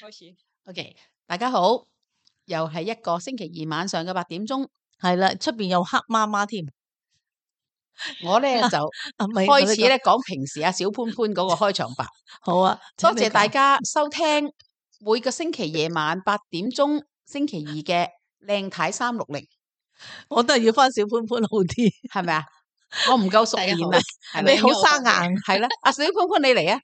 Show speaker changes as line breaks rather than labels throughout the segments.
開始。
OK，大家好，又係一個星期二晚上嘅八點鐘，
系啦，出边又黑麻麻添，
我咧就
啊咪
開始
你講
咧講平時阿小潘潘嗰個開 場白。
好啊，
多
請你
謝大家收聽每個星期夜晚八點鐘星期二嘅靚太三六零，
講，我都系要翻小潘潘好啲，
係咪啊？我唔夠熟
大家
練
好
啊，係咪
你好生硬，
係啦，阿小潘潘你嚟啊！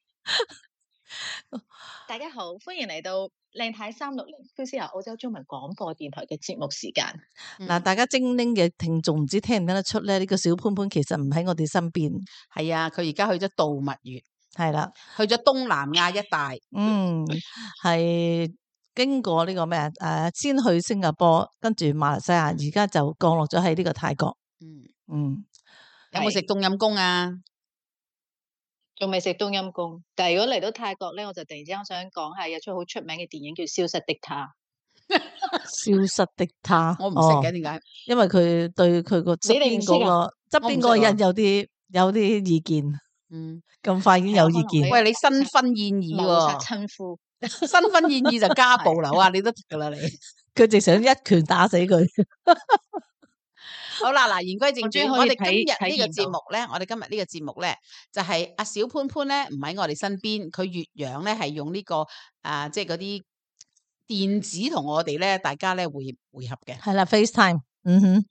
大家好，歡迎嚟到靚太三六零 QCR 澳洲中文廣播電台嘅節目時間。嗯
嗱，大家精靈嘅聽眾唔知聽唔聽得出咧？呢個小潘潘其實唔喺我哋身邊，
係啊，佢而家去咗度蜜月，
係啦，
去咗東南亞一帶，
嗯，係經過呢個咩啊？诶，先去新加坡，跟住馬來西亞，而家就降落咗喺呢個泰國，
嗯，
嗯，
有冇食
係
冬陰功啊？
仲未食冬陰功，但係如果嚟到泰國咧，我就突然之間想講下有出好出名嘅電影叫《消失的他
消失的他，
我唔食
哦
嘅，點解？
因為佢對佢個側
你哋
邊
唔識
嗰個側
我唔
邊
識
嗰個人
喎
有啲有啲意見，
嗯，
咁快已經
係啊
有
可
意
能
見
你。
喂，你新婚燕爾》
謀殺
喎，
親夫。
新婚燕爾就家暴 樓啊，你都得噶啦你。
佢直想一拳打死佢。
好啦，嗱，言歸正
我終於
傳，
可以
我哋
睇
今日
睇
呢個
見
節
到
目咧，我哋今日呢個節目咧，就係、阿小潘潘咧唔喺我哋身邊，佢越洋咧係用呢、個啊，即係嗰啲電子同我哋咧，大家咧會會合嘅。
系啦，FaceTime，嗯哼，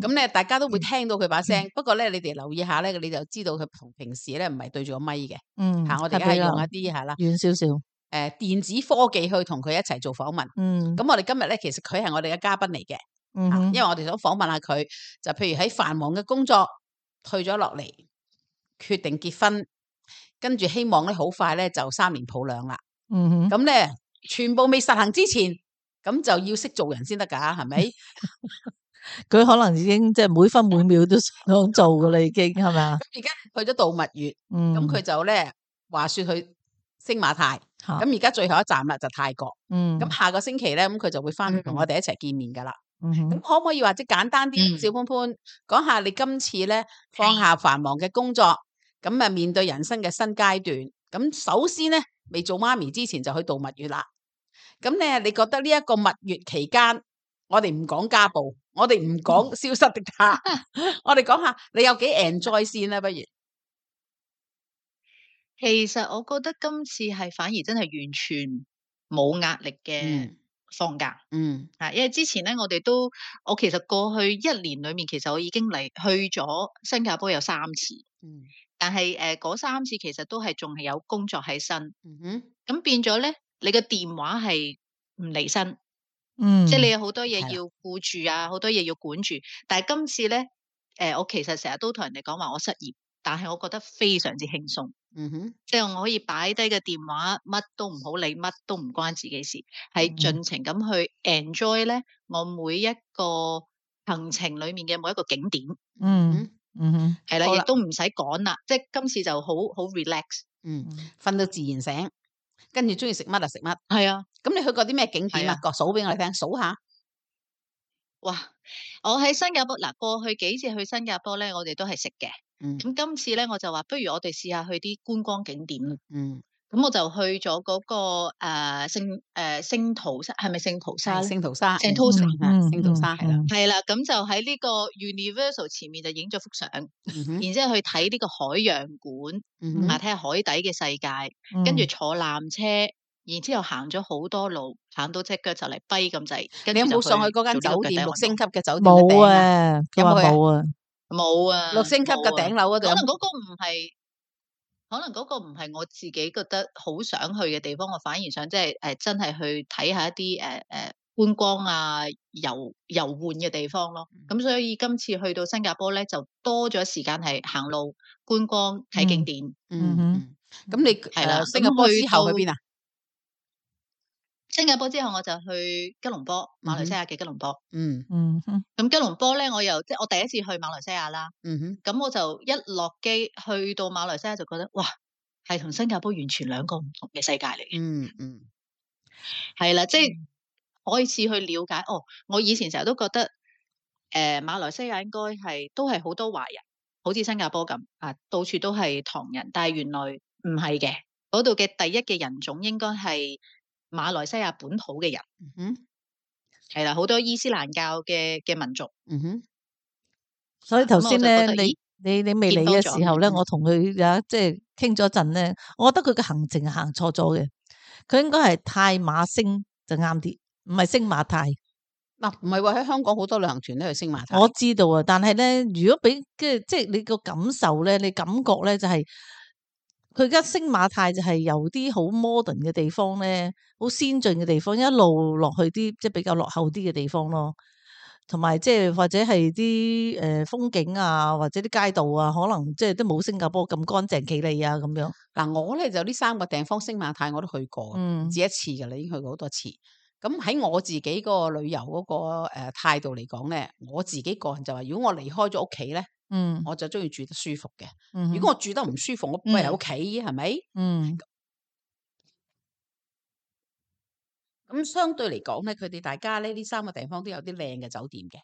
咁咧，大家都會聽到佢把聲，不過咧，你哋留意下咧，你就知道佢同平時咧唔係對住個咪嘅
嗯，
嚇，我哋而家係啊用一啲係啦，誒、
远少少，
電子科技去同佢一齊做訪問。
嗯，
咁我哋今日咧，其實佢係我哋嘅嘉賓嚟嘅。
嗯
啊
哼
因為我哋想訪問下佢，就譬如喺繁忙嘅工作退咗落嚟，決定結婚，跟住希望咧好快咧就三年抱兩啦。
嗯哼，
咁咧全部未實行之前，咁就要識做人先得㗎，係咪？
佢可能已經即係每分每秒都想做噶啦，已經係咪啊？
而家去咗度蜜月，
嗯，
咁佢就咧話說去星馬泰，
嚇
咁而家最後一站啦就泰國。
啊嗯
咁下個星期咧，咁佢就會翻去同我哋一齊見面㗎啦。
嗯
咁
哼
可唔可以或者簡單啲，
嗯
小潘潘講下你今次咧放下繁忙嘅工作，咁啊面對人生嘅新階段。咁首先咧，未做媽咪之前就去度蜜月啦。咁咧，你覺得呢一個蜜月期間，我哋唔講家暴，我哋唔講
嗯
消失的 他，我哋講下你有幾 enjoy 先啦，不如
其實我覺得今次係反而真係完全冇壓力嘅
嗯
放假。
嗯
啊，因為之前咧，我哋都我其實過去一年裏面，其實我已經嚟去咗新加坡有三次，
嗯
但係誒嗰三次其實都係仲係有工作喺身，
嗯哼
咁變咗咧，你個電話係唔離身，
嗯，
即係你有好多嘢
係啦
要顧住啊，好多嘢要管住。但係今次咧，誒、我其實成日都同人哋講話我失業，但係我覺得非常之輕鬆。
嗯哼
即係我可以擺低個電話，乜都唔好理，乜都唔關自己事，係
嗯
盡情咁去 enjoy 咧我每一個行程裡面嘅每一個景點，
嗯嗯哼，
係
好
啦，
啦
亦都唔使趕啦，即係今次就好好 relax，
嗯
嗯
瞓到自然醒，跟住中意食乜就食乜。
係啊，
咁你去過啲咩景點
係
啊
啊？
個數俾我哋聽，數下。
哇！我喺新加坡嗱，過去幾次去新加坡咧，我哋都係食嘅，
嗯
咁今次咧我就話不如我哋試下去啲觀光景點啦，
嗯。
咁我就去咗嗰、個誒、呃聖誒、呃聖淘沙，係咪聖淘沙
係
咧？
聖淘沙，
聖淘
嗯
沙
啊聖淘沙係啦，，
係啦，咁就喺呢個 Universal 前面就影咗幅相，
嗯哼
然之後去睇呢個海洋館，
嗯
嗯
哼
啊睇下海底嘅世界，跟住坐纜車，然之後行咗好多路，行到只腳就嚟跛咁滯。跟
你有
住就
冇上去嗰間
做
酒
呢個腳
店
底
六
運
星級嘅酒店嘅
冇
頂啊？嗯
啊，
有
佢
冇
話
去啊
冇啊，
動？冇啊，
六星級嘅
冇啊
頂樓嗰度
可
有
能嗰個唔係，可能嗰個唔係我自己覺得好想去嘅地方，我反而想即係誒真係去睇下一啲誒誒觀光啊、遊遊玩嘅地方咯。咁所以今次去到新加坡咧，就多咗時間係行路、觀光、睇景
嗯
點。
嗯
嗯哼
嗯咁你
係啦
誒新加坡之後去邊啊？
新加坡之後，我就去吉隆坡，馬來西亞嘅吉隆坡。
嗯
嗯哼，
咁、吉隆坡咧，我又即係我第一次去馬來西亞啦。
嗯哼，
咁我就一落機去到馬來西亞就覺得哇，係同新加坡完全兩個唔同嘅世界嚟嘅，
嗯嗯
係啦，即係
嗯
開始去了解哦。我以前成日都覺得誒、呃、馬來西亞應該係都係好多華人，好似新加坡咁啊，到處都係唐人，但係原來唔係嘅，嗰度嘅第一嘅人種應該係馬來西亞本土嘅人，
嗯哼，
係啦，好多伊斯蘭教嘅嘅民族。
嗯哼，
所以頭
咁我
先
就
咧，
覺得
你
咦
你你未嚟
見多
嘅
咗
時候咧，
嗯
我同佢啊即係傾咗陣咧，我覺得佢嘅行程係行錯咗嘅，佢應該係泰馬星就啱啲，唔係星馬泰。
嗱唔係話喺香港好多旅行團都去星馬泰，
我知道啊，但係咧，如果俾即係即係你個感受咧，你感覺咧就係佢而家星馬泰就係由啲好 modern 嘅地方咧，好先進嘅地方，一路落去啲即係比較落後啲嘅地方咯。同埋即係或者係啲誒風景啊，或者啲街道啊，可能即係都冇新加坡咁乾淨企理啊咁樣。
嗱我咧就呢三個地方星馬泰我都去過嘅。
嗯
唔，止一次噶啦，已經去過好多次。咁喺我自己個旅遊嗰、個誒、呃、態度嚟講咧，我自己個人就話，如果我離開咗屋企咧，
嗯，
我就中意住得舒服嘅。
嗯
如果我住得唔舒服，我不如喺屋企係咪？
嗯
咁相對嚟講咧，佢哋大家咧呢三個地方都有啲靚嘅酒店嘅。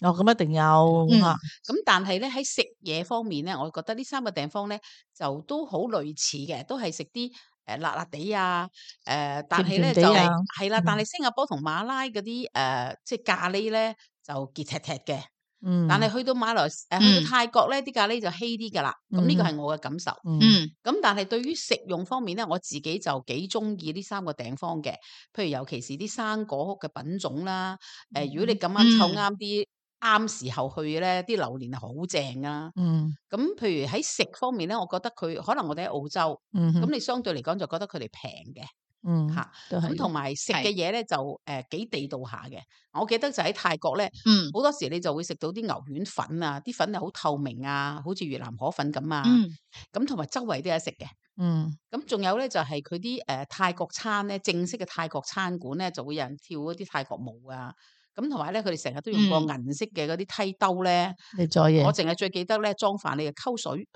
哦咁一定有
嗯
嚇，
咁但係咧喺食嘢方面咧，我覺得呢三個地方咧就都好類似嘅，都係食啲誒辣辣地啊，誒、但係咧
甜甜地
就
啊
係啦，但
嗯
係新加坡同馬拉嗰啲誒即係咖喱咧就結踢踢嘅。
嗯，
但係去到馬來誒、呃去
嗯
到泰國咧，啲咖喱就稀啲㗎啦。咁呢個係我嘅感受。
嗯
嗯
咁但係對於食用方面咧，我自己就幾中意呢三個地方嘅。譬如尤其是啲生果嘅品種啦，誒、如果你咁啱湊
嗯
啱啲啱時候去咧，啲榴蓮係好正啊。
嗯
咁譬如喺食方面咧，我覺得佢可能我哋喺澳洲，
嗯
咁
哼
你相對嚟講就覺得佢哋平嘅
嗯
嚇。
都係
咁同埋食嘅
係
嘢咧就誒、呃、幾地道下嘅。我記得就喺泰國咧。
嗯
好多時你就會食到啲牛丸粉啊，啲粉係好透明啊，好似越南河粉咁啊，
嗯
咁同埋周圍都有得食嘅。
嗯
咁仲有咧就係佢啲誒泰國餐咧，正式嘅泰國餐館咧就會有人跳嗰啲泰國舞啊。咁同埋咧，佢哋成日都用過
嗯
銀色嘅嗰啲梯兜咧，
你做嘢
我。淨係最記得咧裝飯你就溝水，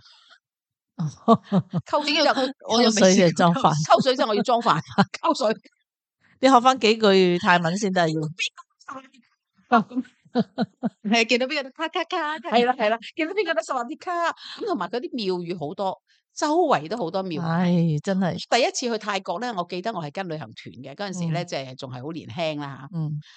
溝水
點
之
解
後
溝我又
哦溝水
未
就
食
裝飯
溝水之後我要裝 飯，溝水
你學翻幾句泰文先得要。
係見到邊個都咔咔咔咔
哎
係啦係啦，見到邊個都十話啲卡咁，同埋嗰啲廟宇好多，周圍都好多廟宇。
唉，真係，
第一次去泰國咧，我記得我係跟旅行團嘅，嗰陣時咧
嗯
即係仲係好年輕啦
嗯，
嚇。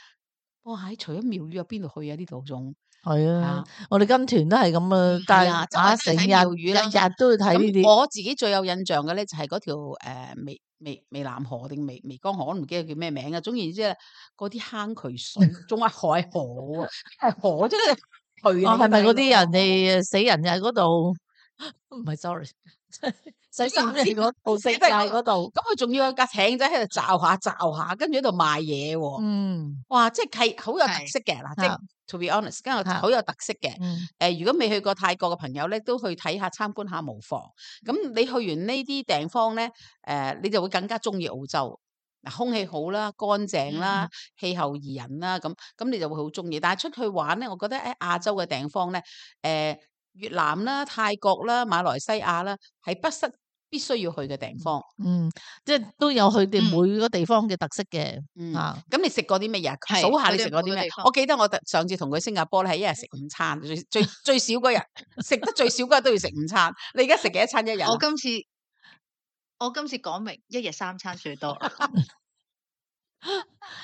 哇！喺除咗廟宇有邊度去啊？呢度仲
係啊
啊，
我哋跟團都係咁啊，但
係啊
係
就
啊，
係
成
真係睇
日
廟宇
日
啦
日都要睇呢
咁
啲，
我自己最有印象嘅咧就係嗰條誒湄湄湄南河定湄湄江河，我都唔記得叫咩名啊。總言之咧，嗰啲坑渠水，仲係海河 啊，係河啫，渠
哦，係咪嗰啲人
嚟
哋死人又喺嗰度？唔係，sorry，洗心人 嗰度，死界嗰度，
咁佢仲要有架艇仔喺度罩下罩下，跟住喺度賣嘢喎。
嗯
哇！即係係好有特
係
色嘅嗱，即
嚇
係 to be honest，跟住
嚇
好有特色嘅。
嗯
誒、呃如果未去過泰國嘅朋友咧，都去睇下、參觀下無妨。咁你去完呢啲地方咧，誒、你就會更加中意澳洲。嗱，空氣好啦，乾淨啦，氣候宜人啦，咁咁你就會好中意。但係出去玩咧，我覺得喺亞洲嘅地方咧，誒、越南啦、泰國啦、馬來西亞啦，係不失必須要去嘅地方。
嗯，即係都有佢哋
嗯
每個地方嘅特色嘅
嗯，
嚇，
咁你食過啲乜嘢啊？
係
數下
佢
你
哋
食過
好多
啲咩
地？方
我記得我特上次同佢新加坡咧，係一日食午餐，最最最少嗰日食得最少嗰日都要食午餐。你而家食幾多餐一日啊？
我今次我今次講明一日三餐最多，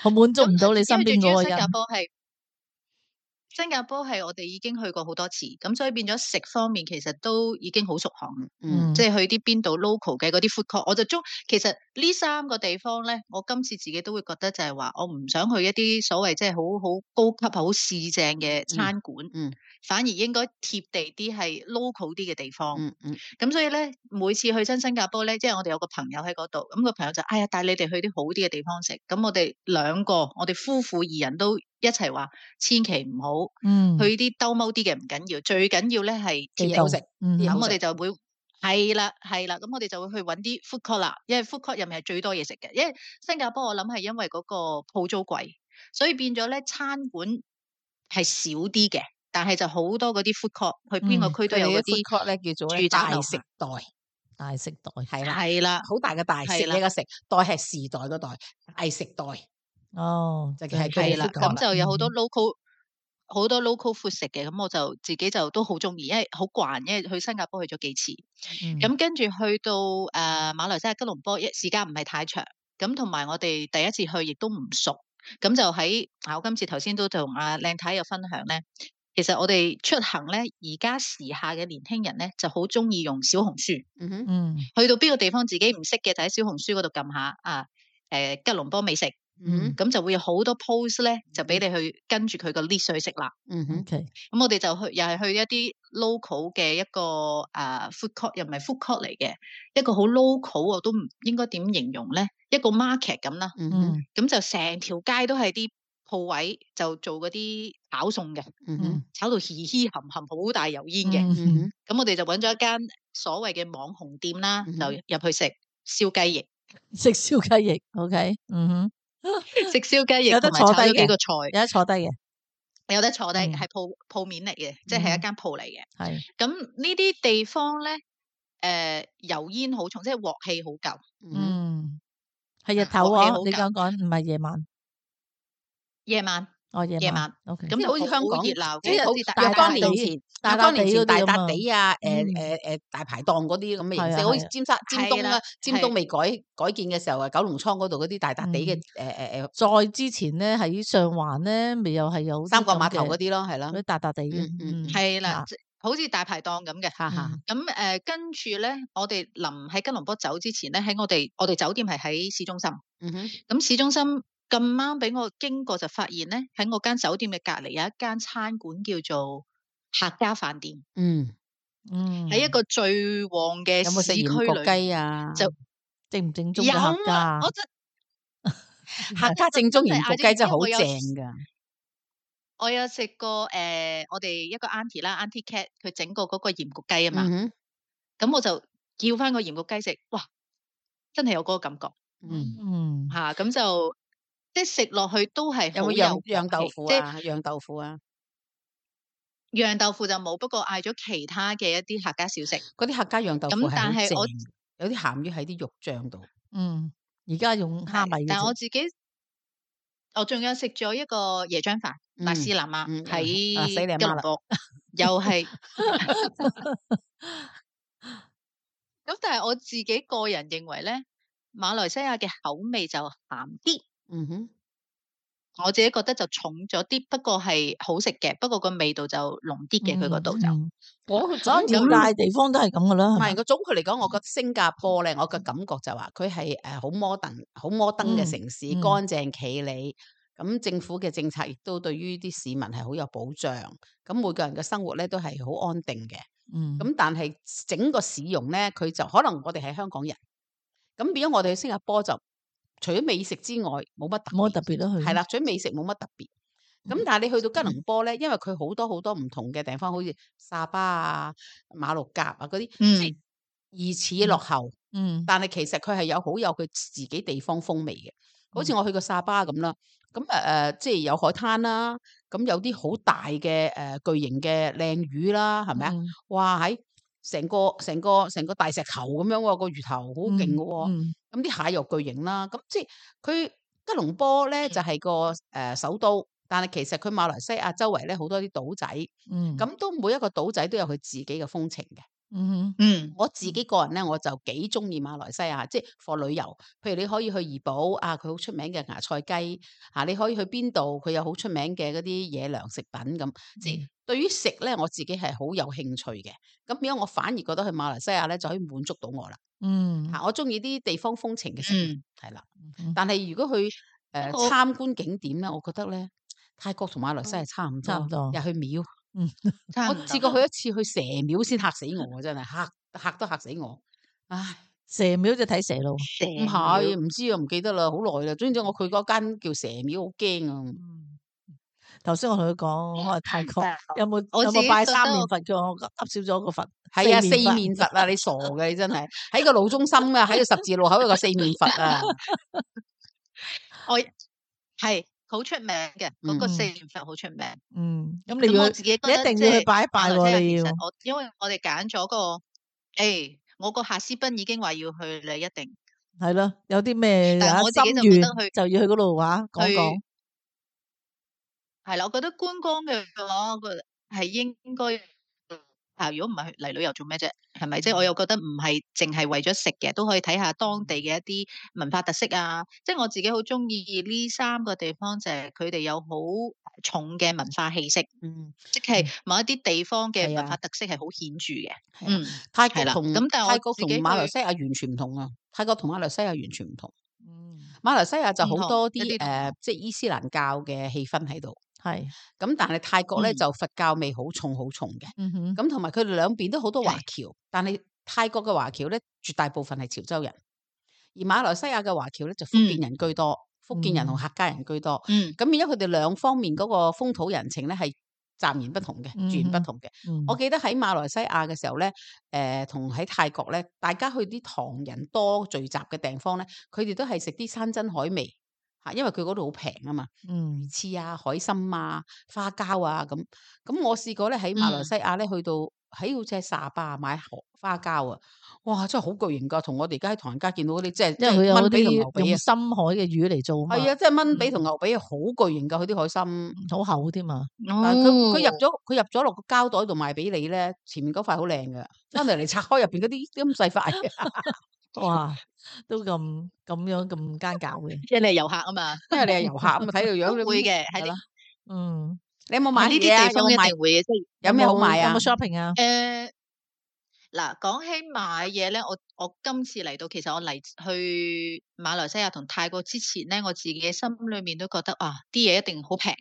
我滿足唔到你
因
身
為最
邊
主
嗰
要
個
新加
人，
坡係新加坡係我哋已經去過好多次，咁所以變咗食方面其實都已經好熟行。
嗯
即係去啲邊度 local 嘅嗰啲 food court，我就中其實呢三個地方咧，我今次自己都會覺得就係話，我唔想去一啲所謂即係好好高級、好市正嘅餐館，
嗯
反而應該貼地啲係 local 啲嘅地方。
嗯嗯
咁所以咧，每次去親新加坡咧，即係我哋有個朋友喺嗰度，咁、個朋友就哎呀帶你哋去啲好啲嘅地方食。咁我哋兩個，我哋夫婦二人都一齊話，千祈唔好
嗯，
去啲兜踎啲嘅唔緊要，最緊要咧係
地
嘢
道
好食，
嗯
嘢
咁
好食
我哋就會係啦，係啦，咁我哋就會去揾啲 food court 啦，因為 food court 入面係最多嘢食嘅。因為新加坡我諗係因為嗰個鋪租貴，所以變咗咧餐館係少啲嘅，但係就好多嗰啲 food court，去邊
嗯
個區都
佢
有
哋
嗰
啲 food
啲
court 咧叫做咧
住宅
大
樓
食
下
袋，
大食袋，
係啦，
係啦，
好大嘅大食
係啦
嘢嘅食袋係時代嗰代大食袋，
哦，
就
真
係佢哋
係
嘅
啦，
food court
咁
啦
就有好多
嗯
local 好多 local food 食嘅，咁我就自己就都好中意，因為好慣，因為去新加坡去咗幾次。
嗯
咁跟住去到誒、呃、馬來西亞吉隆坡，一時間唔係太長，咁同埋我哋第一次去亦都唔熟，咁就喺啊我今次頭先都同阿靚太有分享咧，其實我哋出行咧，而家時下嘅年輕人咧就好中意用小紅書。
嗯哼，
嗯，
去到邊個地方自己唔識嘅，就喺小紅書嗰度撳下啊，誒、吉隆坡美食，
嗯哼
咁就會有好多 post 咧，就俾你去跟住佢個 list 去食啦。
嗯哼，
，OK，
咁我哋就去又係去一啲 local 嘅一個誒、啊 food court，又唔係 food court 嚟嘅，一個好 local 我都唔應該點形容咧，一個 market 咁啦。
嗯哼，
嗯
咁就成條街都係啲鋪位，就做嗰啲炒餸嘅，
嗯哼，
炒到嘻嘻含含好大油煙嘅。
嗯
嗯
哼，
咁我哋就揾咗一間所謂嘅網紅店啦，
嗯
就
哼
入去食燒雞翼，
食烧鸡翼，OK，嗯哼，
食燒雞翼
有得
同埋炒
坐低
咗幾
嘅
個菜，
有得坐低嘅，
有得坐低，
嗯
係鋪鋪面嚟嘅，即
嗯
係一間鋪嚟嘅。
系，
咁呢啲地方咧，誒、油煙好重，即係鑊氣好夠。
嗯啊
嗯，系日頭啊
鑊氣好
喎，你
緊
講講唔係夜晚，
夜晚
哦夜
夜
晚
晚
，OK，
咁
即係
就
好似香港
熱鬧
即係
嘅，
好
似
大
大
若干
笪
年
地
前，
大
若
笪
干年
地
前
嗰
大
啲咁
笪
啊
地啊，誒
嗯
誒誒大排檔嗰啲咁嘅
係
形
啊
式，好
係
似
啊
尖沙尖東
係
啦
啦，
尖東未改改建嘅時候啊，九龍倉嗰度嗰啲大笪地嘅誒誒誒
再之前咧喺上環咧，咪又係有啲
三角
咁
碼頭
嘅
嗰啲咯，係啦
嗰，啲笪笪地嘅
嗯，嗯
嗯
係啦
嗱，
即好似大排檔咁嘅。
哈哈，
咁誒、跟住咧，我哋臨喺吉隆坡走之前咧，喺我哋我哋酒店係喺市中心。
嗯哼，
咁市中心咁啱俾我經過就發現咧，喺我間酒店嘅隔離有一間餐館叫做客家飯店，
嗯，
嗯，
喺、一個最旺嘅
有冇
市
食
區
鹽
裏
焗
面。
雞啊？
就
正唔正宗
有
嘅客
啊！
家
我，真
客 家正宗鹽焗雞真係好正㗎，
我有食過誒、呃我哋一個 auntie 啦，auntie Cat 佢整過嗰個鹽焗雞啊嘛，
嗯
咁、我就叫翻個鹽焗雞食，哇！真係有嗰個感覺
哼，嗯，
嗯，
嚇，咁、就即係食落去都係
有
好
冇釀
有
釀
鑊
豆
氣
腐
即係
啊？釀豆腐啊？
釀豆腐就冇，不過嗌咗其他嘅一啲客家小食。
嗰啲客家釀豆腐
咁
係好
但係
正
我
嘅，有啲鹹魚喺啲肉醬度。
嗯，而家用蝦
係
米嘅
但我
啫，
自己，我仲有食咗一個椰漿飯，辣
嗯
絲南亞
嗯嗯啊死你
喺
阿
吉
媽
隆
啦
坡，又 係咁。但係我自己個人認為咧，馬來西亞嘅口味就鹹啲，
嗯哼，
我自己覺得就重咗啲，不過係好食嘅，不過個味道就濃啲嘅，佢嗰度就
嗯嗯
我
所以
咁
咁大地方都係咁噶啦，
唔
係咪
係個總括嚟講，我覺得新加坡咧，我嘅感覺就話佢係誒好摩登、好摩登嘅
嗯
城市，
嗯
乾淨企理。咁政府嘅政策亦都對於啲市民係好有保障。咁每個人嘅生活咧都係好安定嘅。
嗯
咁但係整個市容咧，佢就可能我哋係香港人，咁變咗我哋去新加坡就除咗美食之外，冇乜特
冇乜
別
特別咯，佢
係啦，除咗美食冇乜特別。咁
嗯
但係你去到吉隆坡咧，因為佢好多好多唔同嘅地方，好似沙巴啊、馬六甲啊嗰啲，即係
嗯
疑似落後，
嗯
但係其實佢係有好有佢自己地方風味嘅。好
嗯
似我去過沙巴咁啦，咁誒誒，即係有海灘啦，咁有啲好大嘅誒、呃巨型嘅靚魚啦，係咪啊？
嗯
哇！喺成個成個成個大石頭咁樣喎，個魚頭好勁嘅喎。
嗯
咁啲蟹又巨型啦，咁即係佢吉隆坡咧
嗯
就係、個誒、呃首都，但係其實佢馬來西亞周圍咧好多啲島仔，
嗯
咁都每一個島仔都有佢自己嘅風情嘅。
嗯
嗯
我自己個人咧，我就幾中意馬來西亞，即係 for 旅遊。譬如你可以去怡保啊，佢好出名嘅芽菜雞啊，你可以去邊度，佢有好出名嘅嗰啲野糧食品咁。即係對於食咧，我自己係好有興趣嘅。咁變咗我反而覺得去馬來西亞咧就可以滿足到我啦。
嗯
嚇，我中意啲地方風情嘅食
嗯，
物，係啦。
嗯
但係如果去誒
過
參觀景點咧，我覺得咧泰國同馬來
哦
西亞差唔
差唔
多
多，
又去廟。
差
我
唔
試
多
過去一次去蛇廟先嚇死我，真係嚇嚇都嚇死我。唉，
蛇廟就睇蛇路，
蛇
唔嗯係
廟
唔知啊，唔記得啦，好耐啦。總之我去嗰間叫蛇廟，好驚啊！
嗯頭先我同佢講，我話泰國
但係
有冇
我
有
自己
冇拜
覺
三
得
面
我
佛嘅？我噏少咗個佛，
係啊，四
佛
面佛啊，你傻嘅，你真係喺個路中心啊，喺個十字路口有個四面佛啊。
我係好出名嘅，嗰個
嗯
四面佛好出名。
嗯，咁你
咁
要
我
去
自己覺
你一
得啊即
定要
係
去拜一
馬
拜
來
喎，
西亞
你
其
要
實。我因為我哋揀咗個，誒、我個夏斯賓已經話要去你一定，
系咯，有啲咩
但係
啊
我自己
心
就覺得
願
去
就要去嗰度話講
去
講，
係啦，我覺得觀光嘅話，我覺得係應該啊，如果唔係去嚟旅遊做咩啫？係咪？即
嗯
係我又覺得唔係淨係為咗食嘅，都可以睇下當地嘅一啲文化特色啊。即係我自己好中意呢三個地方，就係佢哋有好重嘅文化氣息，
嗯，
即係某一啲地方嘅
係啊
文化特色係好顯著嘅。
係啊
嗯，
泰國
係啦
同
咁但係我
泰國同
自己
馬來
去
西亞完全唔同啊！泰國同馬來西亞完全唔同。
嗯，
馬來西亞就
唔
好
同
多
一
啲
啲都唔
誒，即係伊斯蘭教嘅氣氛喺度。
系，
咁但係泰國咧
嗯
就佛教味好重好重嘅。
嗯哼，
咁同埋佢哋兩邊都好多華
係
僑，但係泰國嘅華僑咧，絕大部分係潮州人，而馬來西亞嘅華僑咧就福建
嗯
人居多，福建人同
嗯
客家人居多。
嗯，
咁變咗佢哋兩方面嗰個風土人情咧係暫然不同嘅，截然
嗯哼
不同嘅。我記得喺馬來西亞嘅時候咧，誒同喺泰國咧，大家去啲唐人多聚集嘅地方咧，佢哋都係食啲山珍海味嚇，因為佢嗰度好平啊嘛，魚
嗯
翅啊、海參啊、花膠啊咁。咁我試過咧喺馬來
嗯
西亞咧，去到喺好似喺沙巴啊買荷花膠啊，哇！真係好巨型㗎，同我哋而家喺唐人街見到嗰啲即係
因為佢有
蚊
嗰
髀同
啲
牛髀
用
啊，
深海嘅魚嚟做嘛，
係啊，即係蚊髀
嗯
同牛髀啊好巨型㗎，佢啲海參。
好厚添嘛，
但係佢佢入
哦
咗佢入咗落個膠袋度賣俾你咧，前面嗰塊好靚嘅，翻嚟嚟拆開入邊嗰啲咁細塊啊嘅，
哇，都咁咁樣咁奸狡嘅，
即係你係遊客啊嘛，
因為你係遊客咁啊，睇到樣
都
你
會
咁。
嘅喺
係
啲
啦
嗯，
你有冇買
買呢啲
嘢啊？有
地方一
冇買
定會嘅，即係。
有咩好
冇
買啊
有冇？shopping 啊？
誒呃嗱，講起買嘢咧，我我今次嚟到，其實我嚟去馬來西亞同泰國之前咧，我自己心裏面都覺得啊，啲嘢一定好平。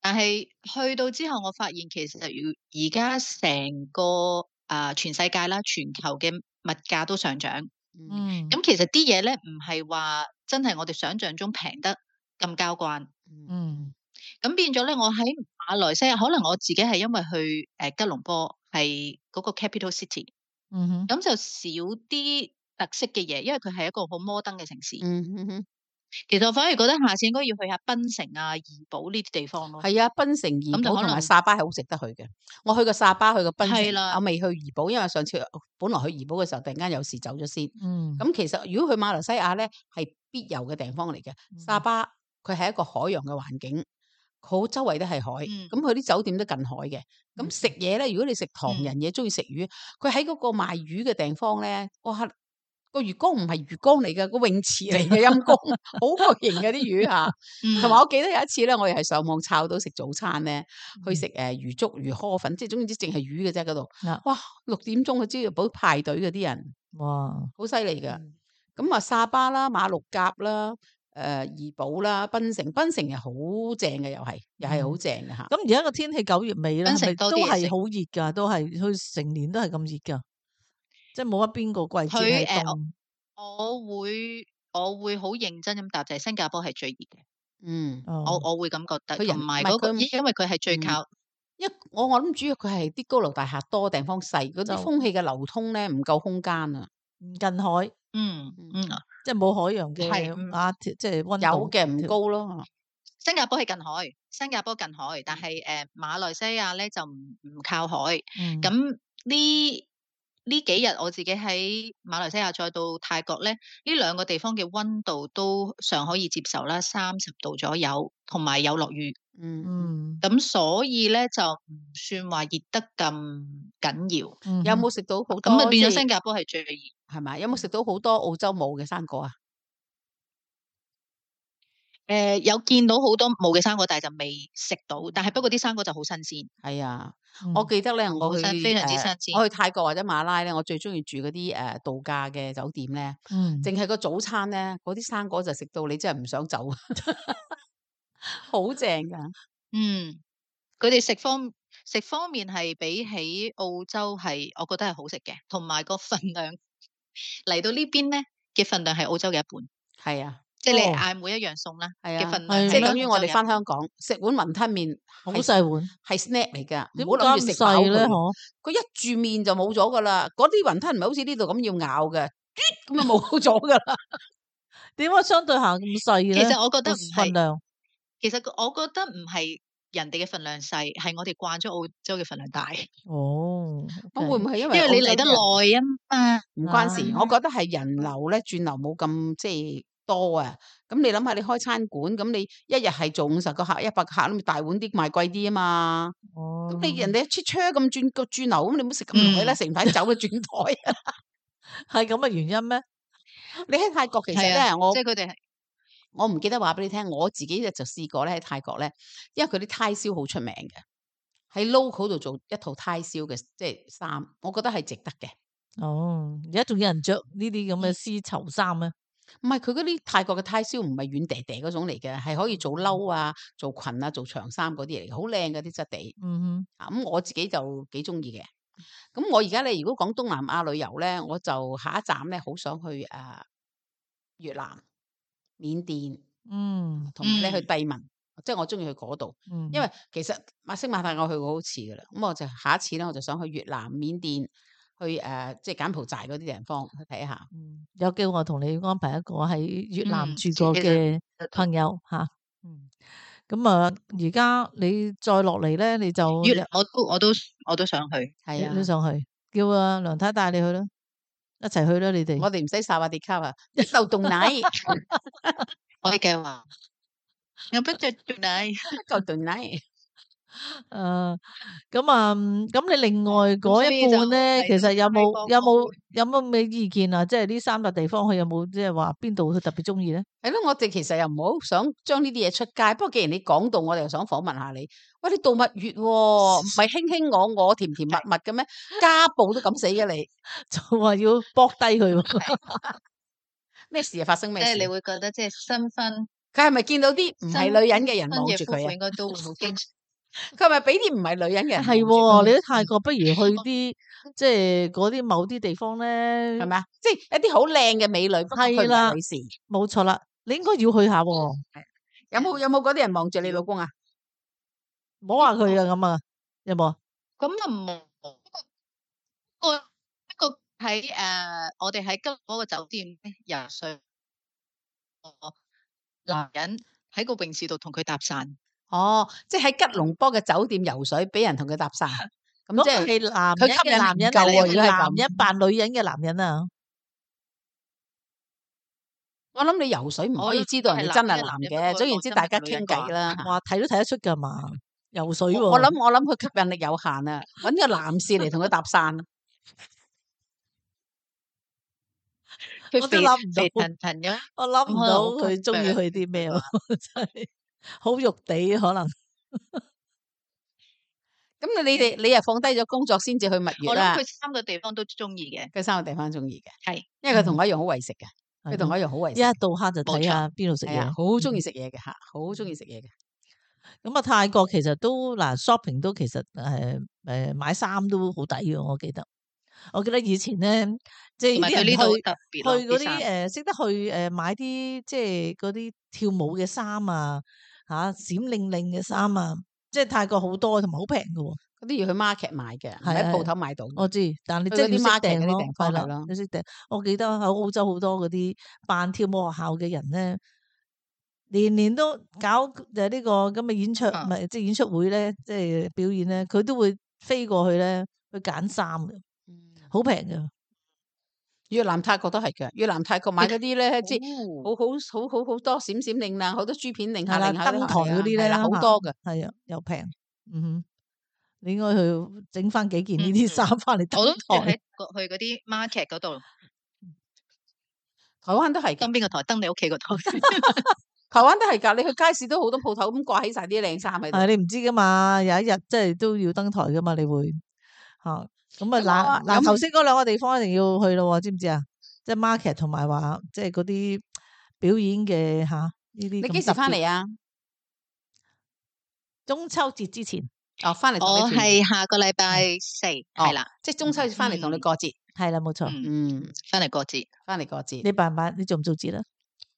但係去到之後，我發現其實如而家成個啊全世界啦，全球嘅物價都上漲。
嗯
嗯，
咁其實啲嘢咧，唔係話真係我哋想象中平得咁交關。
嗯
咁變咗咧，我喺馬來西亞，可能我自己係因為去誒、呃吉隆坡係嗰個 capital city，
嗯哼，
咁就少啲特色嘅嘢，因為佢係一個好摩登嘅城市。
嗯嗯嗯，
其實我反而覺得下次應該要去下檳城啊、怡保呢啲地方咯。
係啊，檳城怡
咁就
保
可
同埋
能
沙巴係好值得去嘅。我去過沙巴，去過檳
係
城，
啦
我未去怡保，因為上次本來去怡保嘅時候，突然間有事走咗先。
嗯，
咁其實如果去馬來西亞咧，係必遊嘅地方嚟嘅。沙
嗯
巴佢係一個海洋嘅環境，好周圍都係海，咁
嗯
佢啲酒店都近海嘅。咁
嗯
食嘢咧，如果你食唐
嗯
人嘢，中意食魚，佢喺嗰個賣魚嘅地方咧，哇！個魚缸唔係魚缸嚟嘅，個泳池嚟嘅陰公， 好巨型嘅啲魚嚇。
嗯
同埋我記得有一次咧，我又係上網抄到食早餐咧，去
嗯
食誒魚粥、魚河粉，即係總之淨係魚嘅啫嗰度
啊。
哇！六點鐘去朝早排隊嗰啲人。
哇，
好犀利噶。咁啊，沙巴啦、馬六甲啦、誒、呃怡保啦、檳城，檳城又好正嘅，又係又係好
嗯
正嘅嚇。
咁而家個天氣九月尾啦，
檳
係咪
城多
都
啲嘢食
係好熱噶？都係佢成年都係咁熱噶，即係冇乜邊個季節係
佢誒
凍。
我會我會好認真咁答，就係、新加坡係最熱嘅，
嗯，
我
哦，
我會咁覺得，
佢人
同埋
唔係
嗰個，
佢
因因為佢係最
嗯
靠
因為我我諗主要佢係啲高樓大廈多，地方細，嗰
就
啲空氣嘅流通咧唔夠空間啊。
唔近海，
嗯
嗯
嗯，
即係冇海洋
係嗯
嘅啊，即係温
有
度
嘅唔
條
高咯。
新加坡係近海，新加坡近海，但係誒、馬來西亞咧就唔唔靠海。
嗯
咁呢呢幾日我自己喺馬來西亞再到泰國咧，呢兩個地方嘅温度都尚可以接受啦，三十度左右，同埋有落雨。
嗯，
嗯，
咁所以咧就唔算話熱得咁緊要。
嗯
有
哼
冇食到好多？
咁啊變咗
即係
新加坡係最熱。
係咪？有冇食到好多澳洲冇嘅生果啊？
誒、呃有見到好多冇嘅生果，但係就未食到。但係不過啲生果就好新鮮，
係啊。
嗯
我記得咧，我
好
去
新非常之
誒
新鮮
我去泰國或者馬拉咧，我最中意住嗰啲誒度假嘅酒店咧，
嗯
淨係個早餐咧，嗰啲生果就食到你真係唔想 走，好正噶。
嗯，佢哋食方食方面係比起澳洲係，我覺得係好食嘅，同埋個份
嗯
量嚟到呢邊咧嘅份量係澳洲嘅一半，
係啊，
即係你
哦
嗌每一樣餸啦
係
嘅
啊，
份量
係
即係
係
等於我哋翻
澳
香
洲嘅一半
港食碗雲吞麵，
好
係
細碗，
係 snack 嚟㗎，
點
唔好諗
解
住
咁
食飽
細咧？
佢。
嗬，
佢一住面就冇咗㗎啦，嗰啲雲吞唔係好似呢度咁要咬嘅，嘟咁就冇咗㗎啦。
點解相對下咁細咧？
其實我覺得
個
唔
份
係，
量，
其實個我覺得唔係人哋嘅份量細，係我哋慣咗澳洲嘅份量大，
哦
咁
，OK，
會唔會係因
因
為
為
澳
你嚟
洲
得
人
耐啊嘛。
唔關事，
啊
我覺得係人流咧轉流冇咁即多啊！咁你諗下，你開餐館，咁你一日係做五十個客、一百個客，咁你大碗啲賣貴啲啊嘛。
哦
咁你人哋一出車咁轉個轉牛，咁你唔好食咁耐啦，
嗯
食唔睇走啦轉台。
系咁嘅原因咩？
你喺泰國其實
係啊
咧，我
即係佢哋係
我唔記得話俾你聽，我自己就試過咧喺泰國咧，因為佢啲泰燒好出名嘅，喺 local 度做一套泰燒嘅即係衫，我覺得係值得嘅。
哦，而家仲有人着呢啲咁嘅絲綢衫咩？
唔係佢嗰啲泰國嘅泰燒唔係軟嗲嗲嗰種嚟嘅，係可以
嗯
做褸啊、做裙啊、做長衫嗰啲嚟嘅，好靚嗰啲質地。
嗯
啊咁我自己就幾中意嘅。咁我而家咧，如果講東南亞旅遊咧，我就下一站咧，好想去啊越南、緬甸，
哼，
同埋咧去
嗯
帝汶，即係我中意去嗰度。
嗯，
因為其實馬星馬泰我去過好次噶啦，咁我就下一次咧，我就想去越南、緬甸，去誒、呃即係柬埔寨嗰啲地方去睇下。
嗯有機會我同你安排一個喺越南
嗯
住
其
過
實
嘅朋友吓。嗯咁啊，而家你再落嚟咧，你就
越南我都我都我都想去。
係
你
啊，
你上去，叫阿梁太帶你去啦，一齊去啦，你哋。
我哋唔使沙瓦迪卡啊，一 路凍奶，一
我嘅計劃有不着住你。
嚿凍 奶。
诶，咁啊，嗯咁你另外嗰
所
一
以就
半咧，
係
其實有
泰
冇
國
有
嗰
冇有冇咩意見啊？即係呢三笪地方，佢有冇即係話邊度佢特別中意咧？
係咯，我哋其實又唔好想將呢啲嘢出街。不過既然你講到，我哋又想訪問下你。喂，你度蜜月喎、唔係卿卿我我、甜甜蜜蜜嘅咩？家暴都咁死嘅你，
就話要搏低佢喎，
咩事啊？發生
即
咩
係
事
你？會覺得即係新婚
佢係咪見到啲唔係
新
女人嘅人
新
望
嘅
住
夫婦
佢啊？
應該都會好驚喜。
佢係咪俾啲唔係女人嘅人望
係
住
喎，
佢？
你喺泰國不如去 啲即係嗰啲某啲地方咧
係，咪啊？即係一啲好靚嘅美女，不過佢
係
唔
啦
係女士。
冇錯啦，你應該要去下喎，
有冇有冇嗰啲人望住你老公啊？
唔好話佢啊咁啊，有冇啊？
咁啊冇個一個喺誒、呃我哋喺吉嗰個酒店咧廿歲個男人喺個泳池度同佢搭訕，
哦，即係喺吉隆坡嘅酒店游水，俾人同佢搭 訕。咁
嗰
即
個
係
係男
佢
人
吸引
嘅男
唔
人
夠
嚟
喎
嘅
如果係
男
咁
人扮女人嘅男人啊，
我諗你游水唔可
我
以
諗
知道人哋真係
係男
男
嘅不過
嘅。總言之，
講真
大家
係女
傾
人
偈
啩
啦。
哇睇都睇得出㗎嘛，游水喎。
我我諗我諗佢吸引力有限啊，揾個男士嚟同佢搭啊訕，
我
佢
都
肥
諗唔
肥
到
騰騰咁，
我諗
咁
唔
可能
到
好
佢中意
吸
去啲咩喎， 真係好肉地啊可能。
咁你你哋你又放低咗工作先至去蜜月
我諗
啦。
佢三個地方都中意嘅，
佢三個地方中意嘅，
係
因為佢同我一樣好為食嘅，佢同我
係
一樣好為
咯
食
嗯一，到黑就
冇
睇
錯
下邊度食
係啊
嘢，。嗯
好中意食嘢嘅嚇，好中意食嘢嘅。
咁啊，泰國其實都嗱 shopping 都其實誒誒買衫都好抵嘅，我記得。我記得以前咧，即係
同埋
啲
佢
人
呢度
去
特
去
別咯
嗰啲
啲衫，
誒識得去誒買啲即係嗰啲跳舞嘅衫啊，嚇閃靈靈嘅衫啊，即係泰國好多同埋好平嘅喎。
嗰啲要去 market 買嘅，唔
係啊
喺
係
鋪
啊
頭買到嘅。
我知，但你
去
真係
嗰
要
啲
識
market 嗰
訂
啲
咯
地，方
係
係
啦
咯，
你識訂。我記得喺澳洲好多嗰啲辦跳舞學校嘅人咧，年年都搞就係呢個咁嘅演唱，
啊
唔係即係演出會咧，即係表演咧，佢都會飛過去咧去揀衫嘅，好平嘅。
嗯越南泰國都係嘅，越南泰國買嗰啲咧，即係
哦
好好好好好多閃閃令啊亮，好多珠片令
係
下
啦，
令下
登台嗰啲
係
咧，
啦好多嘅。
係啊，又平。嗯哼，你應該去整翻幾件呢
嗯
啲
嗯
衫翻嚟
我都住
登台
喺。國去嗰啲 market 嗰度，
台灣都係嘅
登邊個台？ 登你屋企嗰台。
台灣都係㗎，你去街市都好多鋪頭咁掛起晒啲靚衫喺度。
啊係你唔知噶嘛，有一日即係都要登台噶嘛，你會吓咁
咁啊
啊嗱嗱
咁
頭先嗰兩個地方一定要去咯喎，知唔知啊？即係 market 同埋話即係嗰啲表演嘅吓呢啲。
你幾時翻？嚟啊？
中秋節之前
哦，翻嚟同
我
你團圓
係下個禮拜四係啦，
即係中秋翻嚟同你
嗯
過節。
係啦，冇錯。
哦嗯，
嗯，
翻嚟過節。
翻嚟過節，
你辦唔辦？你做唔做節啦？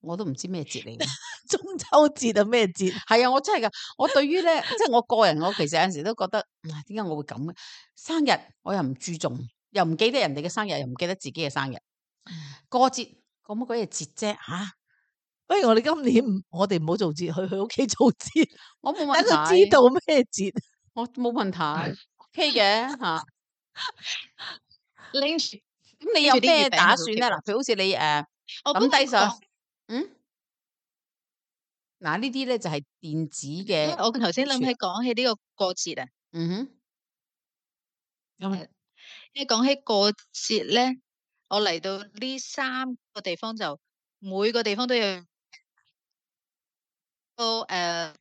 我都唔知咩節 嚟嘅。
中秋節啊，咩節？
係啊，我真係㗎。我對於咧，即係我個人，我其實有陣時都覺得，嗯唉點解我會咁嘅？生日我又唔注重，又唔記得人哋嘅生日，又唔記得自己嘅生日。
嗯
過節講乜鬼嘢節啫吓？
不如我哋今年唔我哋唔好做節，去佢屋企做節，
我冇
等
問題，
佢知道咩節。
我冇問 題，OK 嘅吓。
拎住
咁你
跟
有
住啲月
咩
餅
打
喺度
算
食
咧？嗱，譬如好似你诶，呃
我
抌
本
低
來
上
講
嗯，嗱呢啲咧就係電子
因
嘅
為，我頭先諗
雪
起講起呢個過節啊，
嗯哼，
咁
因為講起過節咧，我嚟到呢三個地方就每個地方都有呃個诶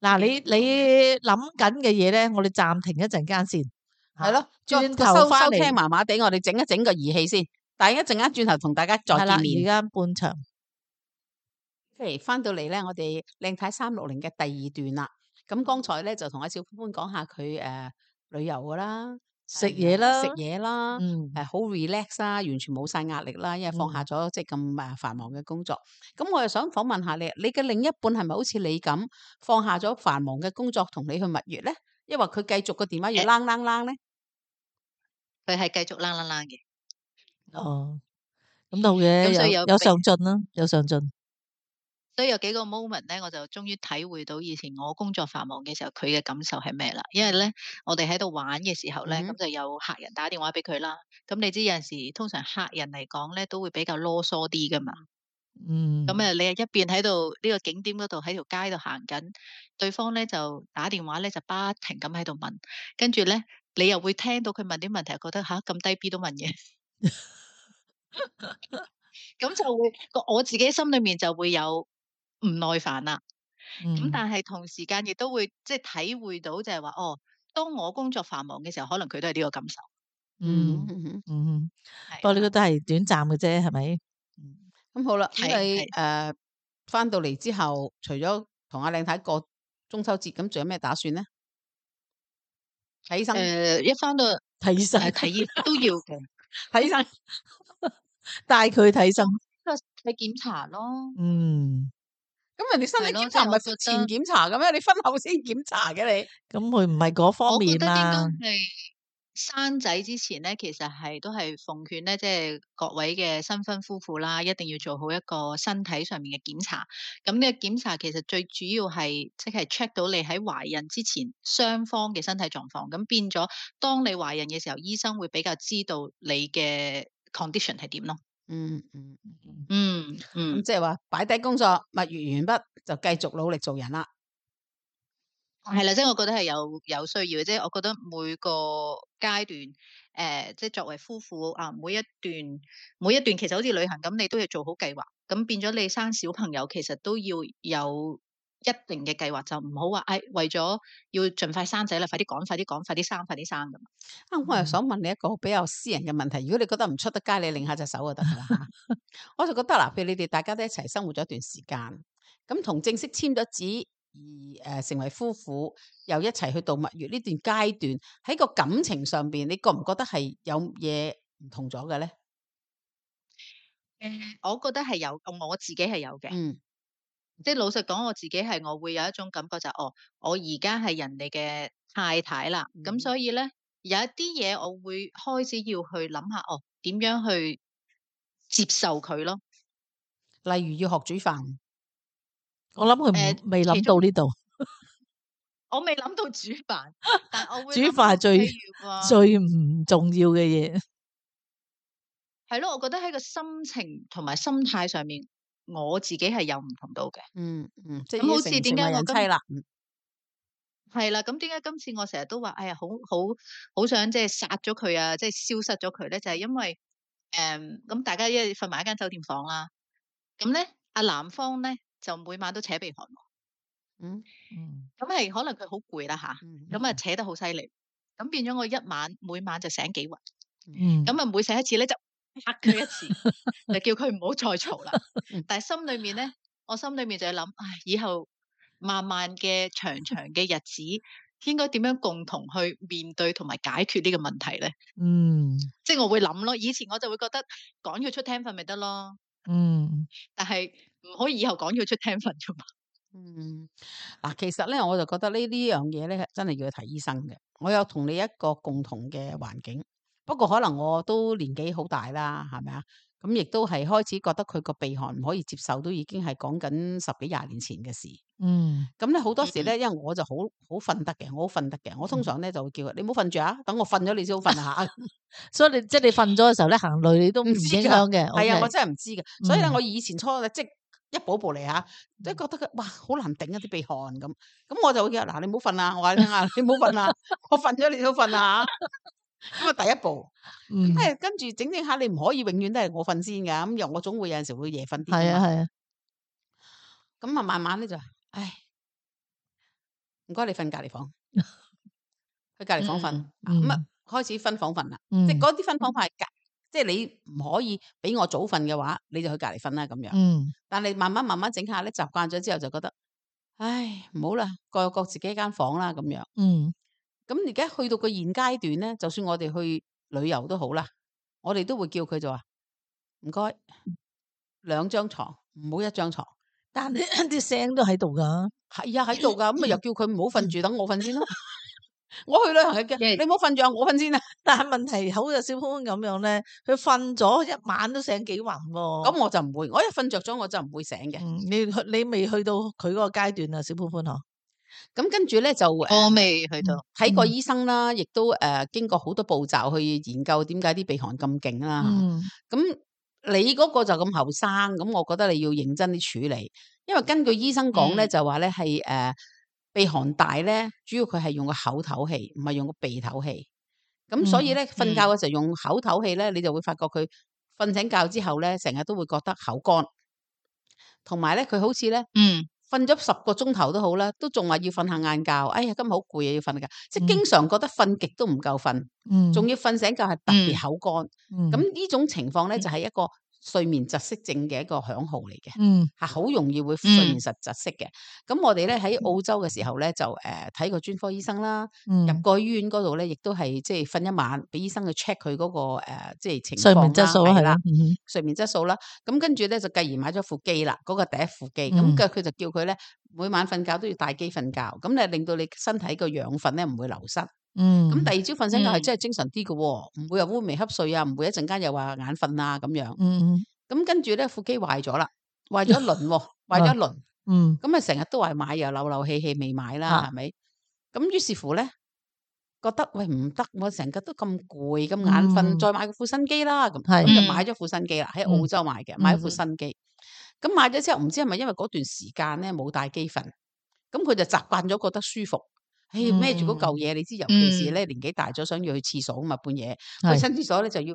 嗱，你你諗緊嘅嘢咧，我哋暫停一陣間先。
係咯，
轉
個
頭
收
返
收
嚟
聽麻麻地，我哋整一整個儀器先，但係一陣間轉頭同大家
係
再
啦，
見
而
面。
家半場。
譬如翻到嚟咧，我哋靚太三六零嘅第二段啦。咁剛才咧就同阿小歡歡講下佢诶旅遊噶啦，
食
誒
嘢啦
食嘢啦，
嗯，
呃誒好 relax 啦，完全冇晒壓力啦，因為放
嗯
下咗即係咁誒繁忙嘅工作。咁我又想訪問下你，你嘅另一半係咪好似你咁放下咗繁忙嘅工作，同你去蜜月咧？因為佢繼續個電話要
誒
啷啷啷咧，
佢係繼續啦啦啦嘅，
哦，咁都好嘅，
咁所以
有
有
有
俾
上進啦，有上進。
所以有幾個 moment 咧，我就終於體會到以前我工作繁忙嘅時候，佢嘅感受係咩啦。因為咧，我哋喺度玩嘅時候咧，
嗯
咁、
哼
就有客人打電話俾佢啦。咁你知有陣時通常客人嚟講咧，都會比較囉嗦啲噶嘛。
嗯，
咁啊，你一邊喺度呢個景點嗰度喺條街度行緊，對方咧就打電話咧就不停咁喺度問，跟住咧你又會聽到佢問啲問題，覺得吓咁低 B 都問嘅，咁就會個我自己心裏面就會有唔耐煩啦。咁
嗯
但係同時間亦都會即係體會到就係話哦，當我工作繁忙嘅時候，可能佢都係呢個感受。
嗯
嗯哼。
嗯，
係
不過呢
啦
個都係短暫嘅啫，係咪？
咁好啦，咁
係
你
係
诶翻到嚟之後，除咗同阿靚太過中秋節，咁仲有咩打算呢？睇醫生，
誒一翻到誒
睇醫生，
睇醫都要嘅，
睇醫生，
帶佢睇醫生。
都係去檢查咯。
嗯，
咁人哋身
係
體
咯
檢
即係
查唔
我
係
覺
前
得
檢查嘅咩？你婚後先檢查嘅你，
咁佢唔係嗰方
我覺
面
得應該
啦。
係生仔之前咧，其實係都係奉勸咧，即係各位嘅新婚夫婦啦，一定要做好一個身體上面嘅檢查。咁呢個檢查其實最主要係即係 check 到你喺懷孕之前雙方嘅身體狀況。咁變咗，當你懷孕嘅時候，醫生會比較知道你嘅 condition 係點咯。
嗯嗯，嗯
嗯嗯
咁。即係話擺低工作，蜜月完畢就繼續努力做人啦。
係啦，即係我覺得係有有需要嘅，即係我覺得每個階段，誒、即係作為夫婦啊，每一段每一段其實好似旅行咁，你都要做好計劃，咁變咗你生小朋友其實都要有一定嘅計劃，就唔好話誒為咗要盡快生仔啦，快啲趕，快啲趕，快啲生，快啲生咁。
啊，我又
嗯
想問你一個比較私人嘅問題，如果你覺得唔出得街，你擰下隻手就得㗎 啦。嚇我就覺得嗱，譬如你哋大家都一齊生活咗一段時間，咁同正式簽咗紙而誒、呃成為夫婦，又一齊去度蜜月呢段階段，喺個感情上邊，你覺唔覺得係有嘢唔同咗嘅咧？
誒、我覺得係有，我自己係有嘅。
嗯
即係老實講，我自己係我會有一種感覺就係、哦，我而家係人哋嘅太太啦，咁、
嗯
所以咧有一啲嘢我會開始要去諗下，哦點樣去接受佢咯。
例如要學煮飯，
我諗佢
誒
唔未
其
諗
中
到呢度，
我未諗到煮飯，但我會
煮
諗
飯
到
係最
譬如話
最唔重要嘅嘢。
係咯，我覺得喺個心情同埋心態上面，我自己係有唔同到嘅。
嗯嗯，即係
咁
已
好
經
似
成
點
成為
解我
人
今
妻啦。嗯
係啦，咁點解今次我成日都話，哎呀，好好好想即係殺咗佢啊，即係消失咗佢咧，就係、因為誒咁、大家一人瞓埋一間酒店房啦，咁咧阿男方咧就每晚都扯鼻鼾喎，
嗯
嗯
咁係可能佢好攰啦吓，
嗯
咁啊扯得好犀利，咁變咗我一晚每晚就醒幾暈，
嗯，
咁啊每醒一次咧就拍佢一次，就叫佢唔好再嘈啦
嗯，
但係心裏面咧，我心裏面就係諗，唉，以後漫漫嘅長長嘅日子，應該點樣共同去面對同埋解決呢個問題咧？
嗯
即係我會諗咯，以前我就會覺得趕佢出廳瞓咪得咯，
嗯
但係唔可以以後趕佢出廳瞓啫嘛。
嗯，嗱，其實咧，我就覺得呢呢樣嘢咧，真係要去睇醫生嘅。我有同你一個共同嘅環境，不過可能我都年紀好大啦，係咪啊？咁亦都係開始覺得佢個鼻鼾唔可以接受，都已經係講緊十幾廿年前嘅事。
嗯
咁咧好多時
嗯
咧，因為我就好好瞓得嘅，我好瞓得嘅，我通
嗯
常咧就會叫佢：你唔好瞓住啊，等我瞓咗你先好瞓啊下。
所以你 即係你瞓咗嘅時候咧，行雷你都
唔
唔
知
影
㗎
響嘅。
係啊，我
OK
真係唔知嘅。所以咧，
嗯
我以前初即係一步一步嚟吓，即係覺得佢哇好難頂一啲鼻鼾咁，咁我就約嗱你唔好瞓啦，我話你聽下，你唔好瞓啦，我瞓咗你都瞓啦嚇咁啊第一步，
嗯，
誒跟住整整下你唔可以永遠都係我瞓先㗎，咁又我總會有陣時會夜瞓啲㗎
系
嘛。
啊系啊，
咁啊，慢慢咧就，唉，唔該你瞓隔離房，去隔離房瞓，咁啊
咁
開始分房瞓啦。
嗯
即係嗰啲分房法係隔，即係你唔可以俾我早瞓嘅話，你就去隔離瞓啦咁樣。
嗯
但你慢慢慢慢整下咧，習慣咗之後就覺得，唉，唔好啦，各有各自己間房啦咁樣。
嗯
咁而家去到個現階段咧，就算我哋去旅遊都好啦，我哋都會叫佢就話唔該兩張床，唔好一張床。
但係 啲聲都喺度噶，
系啊，喺度噶，咁咪又叫佢唔好瞓住，等我瞓先咯。我去旅行係
因為
嘅，你唔好瞓住啊，我瞓先啊。
但係問題好似小潘咁樣咧，佢瞓咗一晚都醒幾暈喎。
咁我就唔會，我一瞓着咗我就唔會醒嘅。
嗯你去你未去到佢嗰個階段啊，小潘潘嗬，
咁跟住咧就誒
我未去到，
睇過
嗯
醫生啦，亦都誒經過好多步驟去研究點解啲鼻鼾咁勁啦。
嗯
咁你嗰個就咁後生，咁我覺得你要認真啲處理，因為根據醫生講咧，
嗯
就話咧係誒呃鼻鼾大咧，主要佢係用個口唞氣，唔係用個鼻唞氣。咁所以咧，瞓覺嘅時候用口唞氣咧，你就會發覺佢瞓醒覺之後咧，成日都會覺得口乾，同埋咧佢好似咧
嗯，
瞓咗十個鐘頭都好啦，都仲話要瞓下晏覺。哎呀，今日好攰啊，要瞓下覺，即係
嗯
經常覺得瞓極都唔夠瞓，
嗯，
仲要瞓醒覺係特
嗯
別口乾。
咁
咁呢種情況咧，
嗯
就係一個睡眠窒息症嘅一個響號嚟嘅，
嗯
係好容易會睡眠窒窒息嘅。咁我哋咧喺澳洲嘅時候咧，就誒呃睇過專科醫生啦，
嗯
入過醫院嗰度咧，亦都係即係瞓一晚，俾醫生去 check 佢嗰個誒即係情況
睡
啦
眠質素係
係啦
啦，，嗯
睡眠質素啦。咁跟住咧就繼而買咗副機啦，嗰、個第一副機。
嗯
咁佢佢就叫佢咧每晚瞓覺都要帶機瞓覺，咁咧令到你身體個養分咧唔會流失。
嗯
咁第二朝瞓醒覺係
嗯
真係精神啲嘅喎，唔會又烏眉瞌睡啊，唔會一陣間又話眼瞓啊咁樣。
嗯
咁跟住咧副機壞咗啦，壞咗一輪 喎，壞咗一輪，
嗯
咁啊成日都話買又漏漏氣氣未買啦，
啊
係咪？咁於是乎咧，覺得喂唔得，我成日都咁攰咁眼
嗯
瞓，再買個副新機啦，咁
係
咁
嗯
就買咗副新機啦，喺
嗯
澳洲買嘅，買咗副
嗯
新機。咁買咗之後，唔知係咪因為嗰段時間咧冇帶機瞓，咁佢就習慣咗覺得舒服。唉，孭住嗰嚿嘢，你知，尤其是咧年紀大咗，想要去廁所啊嘛，半夜去
係
親廁所咧就要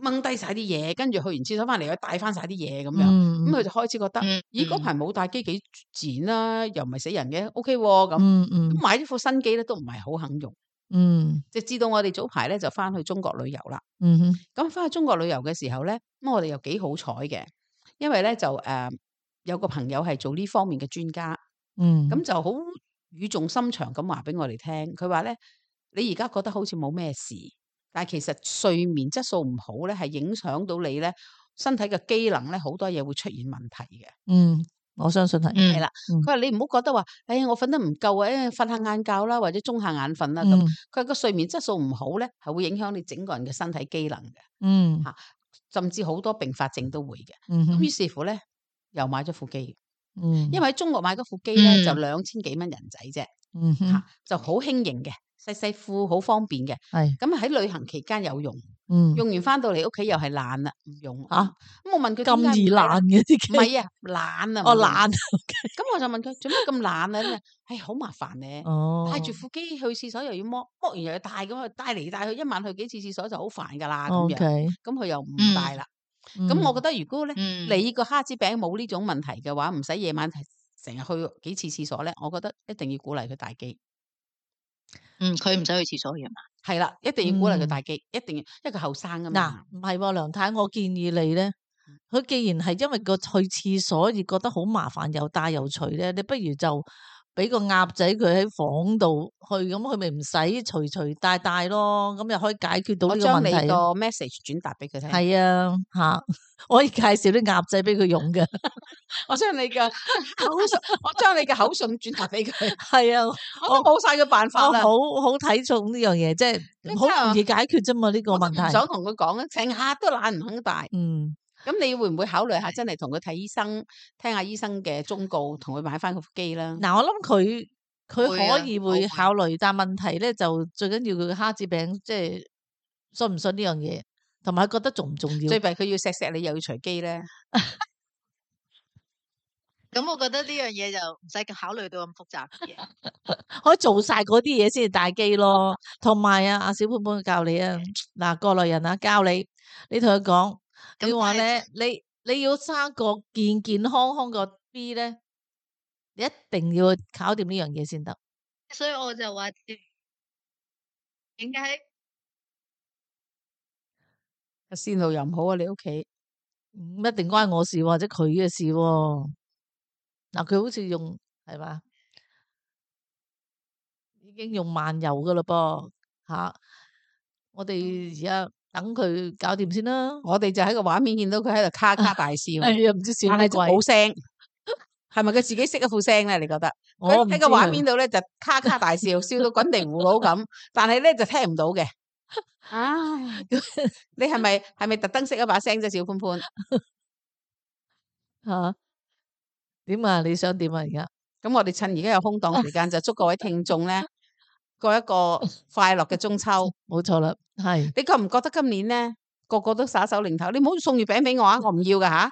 掹低晒啲嘢，跟住去完廁所翻嚟又帶翻晒啲嘢咁
嗯
樣。
嗯
咁佢就開始覺得，
嗯
咦嗰
嗯
排冇帶機幾自然啦，又唔係死人嘅，OK 喎咁。
嗯嗯
咁買咗副新機咧都唔係好肯用，
嗯
直至到我哋早排咧就翻去中國旅遊啦。
嗯哼
咁翻去中國旅遊嘅時候咧，咁我哋又幾好彩嘅，因為咧就誒、呃有個朋友係做呢方面嘅專家，
嗯
咁就好語重心長咁話俾我哋聽，佢話咧你而家覺得好似冇咩事，但係其實睡眠質素唔好咧，係影響到你咧身體嘅機能咧，好多嘢會出現問題嘅。
嗯，我相信係
嗯
係啦
嗯
佢話你唔好覺得話，誒我瞓得唔夠啊，誒瞓下晏覺啦，或者中下眼瞓啦咁。
嗯
佢話個睡眠質素唔好咧，係會影響你整個人嘅身體機能嘅，
嗯
甚至好多併發症都會嘅。
嗯
咁
哼
於是乎咧，又買咗副機，
嗯，
因為喺中國買嗰副機咧就
嗯
兩千幾蚊人仔啫，
嗯哼
嚇就好輕盈嘅，細細副好方便嘅。
係
咁喺旅行期間有用，
嗯
用完翻到嚟屋企又係爛啦，唔用啊
嚇
咁我問佢點
咁
解
易
唔
哦
買啦
爛嘅啲
唔
機，
係啊，懶啊，
我
唔用
爛
咁我就問佢做咩咁懶啊？咁啊，唉，好麻煩咧，
哦，
帶住副機去廁所又要摸，摸完又要帶咁啊，帶嚟帶去，一晚去幾次廁所就好煩噶啦咁
O
樣。
K，
咁佢又唔
嗯
帶啦。咁我覺得如果咧
嗯，
你個蝦子餅冇呢種問題嘅話，唔使夜晚成日去幾次廁所咧，我覺得一定要鼓勵佢帶機。
嗯，佢唔使去廁所嘅嘛，
係啦，一定要鼓勵佢
嗯
帶機，一定要，因為佢後生啊
嗱
嘛。
唔係喎，梁太，我建議你咧。
嗯
佢既然係因為個去廁所而覺得好麻煩，又帶又除咧，你不如就俾個鴨仔佢喺房度去，咁佢咪唔使除除帶帶咯，咁又可以解決到
我
呢個
將
問
你
題
個
咯。
message 轉達俾佢聽。
係啊，吓、我可以介紹啲鴨仔俾佢用嘅。
我將你嘅口信，我將你嘅口信轉達俾佢。
係啊，
我都冇晒佢辦
我
法啦。
哦好好睇重呢樣嘢，即
即
係
係
好容易解決啫嘛呢個
啊我都
問
唔
題
想。同佢講啊，成下都懶唔肯帶。
嗯
咁你會唔會考慮下真係同佢睇醫生，聽下醫生嘅忠告，同佢買翻副機啦？
嗱，我諗佢佢
會啊
可以
我會
會考慮，但問題咧就最緊要佢嘅蝦子餅，即係信唔信呢樣嘢，同埋佢覺得重唔重要
最。弊佢要錫錫你，又要除機咧。
咁我覺得呢樣嘢就唔使考慮到咁複雜嘅。
可以做晒嗰啲嘢先至大機咯。同埋啊，阿小潘潘教你啊，嗱，過來人啊，教你，你同佢講，
咁
你話
但係
咧，你你要生個健健康康個 B 咧，你一定要搞掂呢樣嘢先得。
所以我就話 點解
個線路又唔好啊！你屋企
唔一定關我事喎或者佢嘅事喎。嗱，佢好似用係嘛，已經用漫遊噶啦噃吓。我哋而家等佢搞掂先啦。
我哋就喺個畫面見到佢喺度咔咔大笑，
哎呀，唔知笑
但係
乜
就
鬼
冇，聲。係咪佢自己識一副聲咧？你覺 得？
我唔
佢喺
知啊
個畫
佢
面度咧就咔咔大笑，笑到滾地葫蘆咁，但係咧就聽唔到嘅。唉，你係咪係咪特登識一把聲啫？小潘潘，
吓點啊？你想點啊？而家
咁我哋趁而家有空檔時間，就祝各位聽眾咧過一個快樂嘅中秋。
冇錯啦， 係
你覺唔覺得今年咧個個都耍手擰頭？你唔好送月餅俾我啊，我唔要噶吓。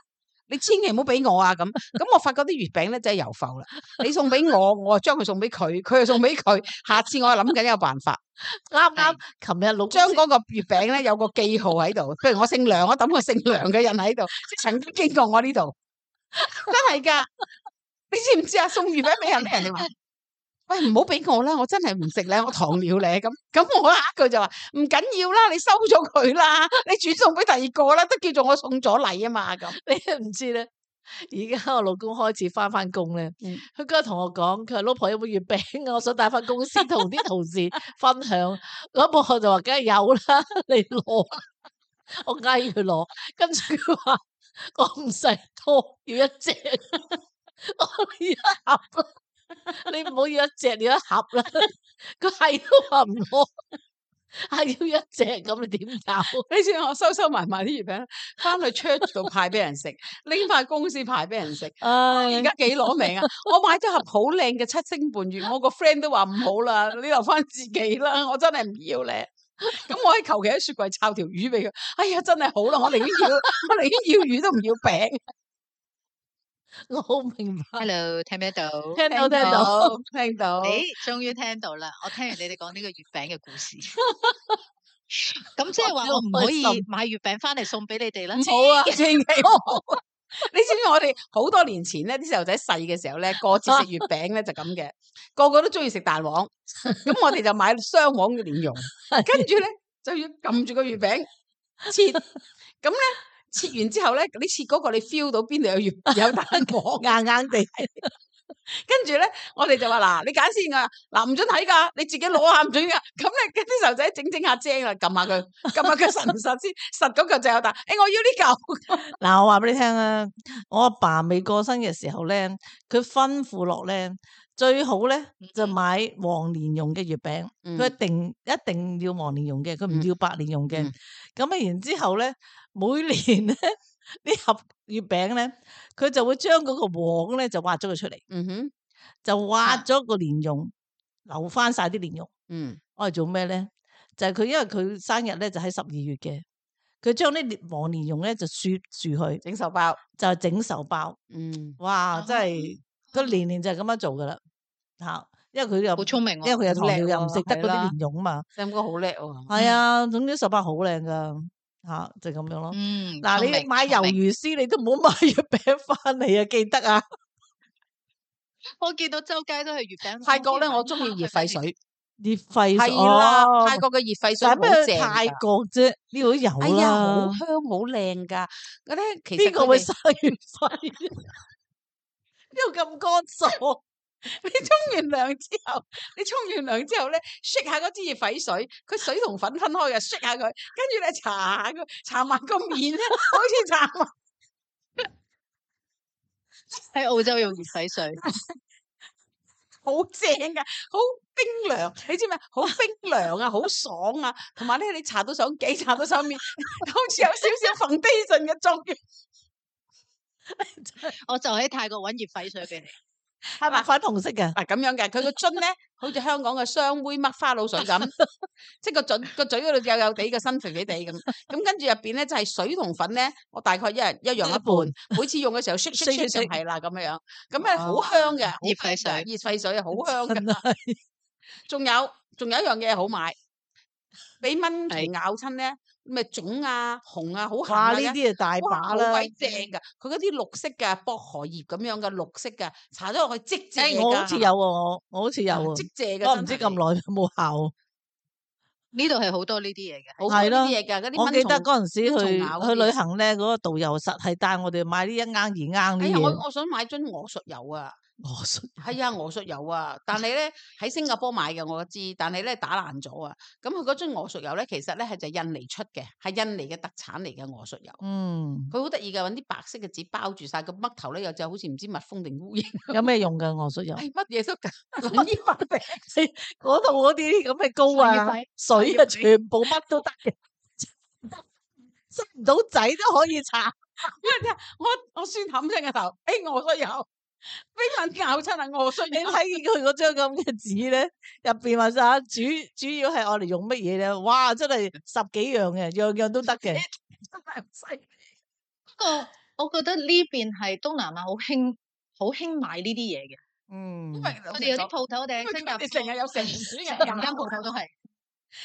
你千祈唔好俾我啊咁。咁我發覺啲月餅咧真係油浮啦。你送俾我， 我就將佢送俾佢，佢又送俾佢。下次我諗緊有辦法，
啱啱琴日老
將
公
嗰個月餅咧有個記號喺度。譬如我姓梁，我抌個姓梁嘅人喺度，即係曾經經過我呢度，真係㗎。你知唔知啊？送月餅俾人咧，人哋話。喂，唔好俾我啦，我真係唔食咧，我糖尿咧咁。咁我呃佢就話唔緊要啦，你收咗佢啦，你轉送俾第二個啦，都叫做我送咗禮啊嘛咁。
你唔知咧。而家我老公開始翻翻工咧，
嗯
佢嗰日同我講，佢話老婆有冇月餅啊？我想帶翻公司同啲同事分享。咁我就話梗係有啦，你攞啊。我嗌佢攞，跟住佢話我唔使多，要一隻。我話要一盒啦，你唔好要一隻，你要一盒啦。佢係都話唔攞，係要一隻，咁你點搞？
你知我收收埋埋啲月餅，翻去 church 度派俾人食，拎翻公司派俾人食。
唉
而家幾攞 命啊！我買咗盒好靚嘅七星伴月，我個 friend 都話唔好 啦，你留翻自己啦，我真係唔要咧。咁我喺求其喺雪櫃抄條魚俾佢，哎呀，真係好啦，我寧願要，我寧願要魚都唔要餅。
我好明白，
？Hello，聽唔聽到？
聽到聽到。，
聽到。
诶，終於聽到啦！我聽完你哋講呢個月餅嘅故 事，咁即係話我唔
我
可
知
以
道開心
買月餅翻嚟送俾你哋啦。
唔好 啊，千祈唔好啊。 你知唔知我哋好多年前咧，啲細路仔細嘅時候咧，過節食月餅咧就咁嘅，個個都中意食蛋黃。咁我哋就買雙黃嘅 蓮蓉，跟住咧就要撳住個月餅切。咁咧切完之後咧，你切嗰個你 feel 到邊度 有月有蛋 黃啊？
硬硬地，
跟住咧，我哋就話嗱，你揀先㗎，嗱唔准睇㗎，你自己攞下唔准㗎。咁咧，啲細路仔整整下精啦，撳下佢，撳下佢實唔實先，實嗰嚿就有蛋。誒、我要呢嚿。
嗱，我話俾你聽啊，我阿爸未過身嘅時候咧，佢吩咐落咧，最好咧就
嗯
買黃蓮蓉嘅月餅，佢一定一定要黃蓮蓉嘅，佢唔
嗯
要白蓮蓉嘅
嗯。
咁啊，然之後咧，每年咧呢 盒月餅咧，佢就會將嗰個黃咧就挖咗佢出嚟，
嗯哼，
就挖
啊
咗個蓮蓉，留翻晒啲蓮蓉。
嗯
我嚟哦做咩咧？就係佢因為佢生日咧就喺十二月嘅，佢將啲蓮黃蓮蓉咧就雪住佢，
整手包，
就整手包。
嗯
哇！真
哦
係佢年年就係咁樣做噶啦吓，因為佢
好
又
聰明喎、
因為佢有
好
糖
叻
尿又唔食得
喎
嗰
係啦嗯
啲蓮蓉啊嘛。
，Sam 哥好叻喎，
係啊，總之手包好靚噶吓，就咁樣咯。
嗯，
嗱，
聰
你
明
買
聰
魷
明
魚絲，你都唔好買月餅 翻嚟啊！記得啊，
我見到周街都係月餅。
泰國咧，我中
中
意 熱沸。水，
熱肺
係啦，
哦
泰國嘅熱沸水
使
好
咩去
正
泰
㗎。
國啫？呢度都有
哎呀，好
啦，
香好靚㗎！嗰啲其實
邊個
佢
會
哋
生 月肺？又咁乾燥，
你沖完涼之後，你沖完涼之後咧，shake 下嗰支熱沸水，佢水同粉分開嘅，shake 下佢，跟住咧搽下佢，搽埋個面咧，好似搽埋
喺澳洲用熱水水，
好正㗎，好冰涼，你知唔知啊？好冰涼啊，好爽啊，同埋咧你搽到上頸，搽到上面， 好似有少少 foundation 嘅作用。
我就喺泰國揾熱水水俾你。
係
啊
咪粉紅色嘅？
嗱咁樣嘅，佢個樽咧好似香港嘅雙妹嘜花露水咁， 即係個嘴個嘴嗰度幼幼地，個身肥肥地咁。咁跟住入邊咧就係、水同粉咧，我大概一人一樣
一
一半，每次用嘅時候 shake shake shake 就
shake
係啦咁樣樣。咁咧好
哦
香 嘅，好
熱沸
香嘅
水
熱沸水好香
真
嘅。啊
係
仲有仲有一樣嘢好買，俾蚊蟲
係
咬親咧，咩腫啊紅啊好痕
哇！
啊
呢
一
啲啊大
哇，
把
好
啦，
鬼正噶！佢嗰啲綠色嘅薄荷葉咁樣嘅綠色嘅，搽咗落去即
誒
借
我好似有喎，我我好似有
有
喎，
即借啊嘅，
我唔知咁
真係
耐有冇效。
呢度係好多呢啲嘢嘅。
好多呢
係咯
啲嘢㗎，嗰啲
我
蚊
記得
蟲
嗰陣時
蚊蟲
去
咬嗰
去
啲
旅行咧，嗰、個導遊實係帶我哋買呢一盎二盎
哎
啲
呀，我
嘢。
我想買樽鵝術油啊！
我信
係啊，鵝術油啊，但係咧喺新加坡買嘅我知，但係咧打爛咗啊！咁佢嗰樽鵝術油咧，其實咧係就印尼出嘅，係印尼嘅特產嚟嘅鵝術油。
嗯，
佢好得意㗎，揾啲白色嘅紙包住晒個嘜頭咧，有隻好似唔知蜜蜂定烏蠅，
有咩用㗎？我信有
係乜嘢都 㗎，揾啲白餅
嗰度嗰啲咁嘅膏啊
係、
水啊，
係要
全部乜都得嘅， 生唔到仔都可以搽。
我我先冚親個頭，哎，我都有俾蚊咬親啊，我衰
你
你
睇見佢嗰張咁嘅紙咧，入邊話晒啊主主要係我哋用乜嘢咧？哇！真係十幾樣嘅，樣樣都得嘅。
真係唔犀利。
不過我覺得呢邊係東南亞好興好興買呢啲嘢嘅，
嗯，
因為
佢哋有啲鋪頭，我哋
因為
喺新
佢
加坡
哋成日有蛇蟲鼠
成
嘅
間
咬
鋪頭都係。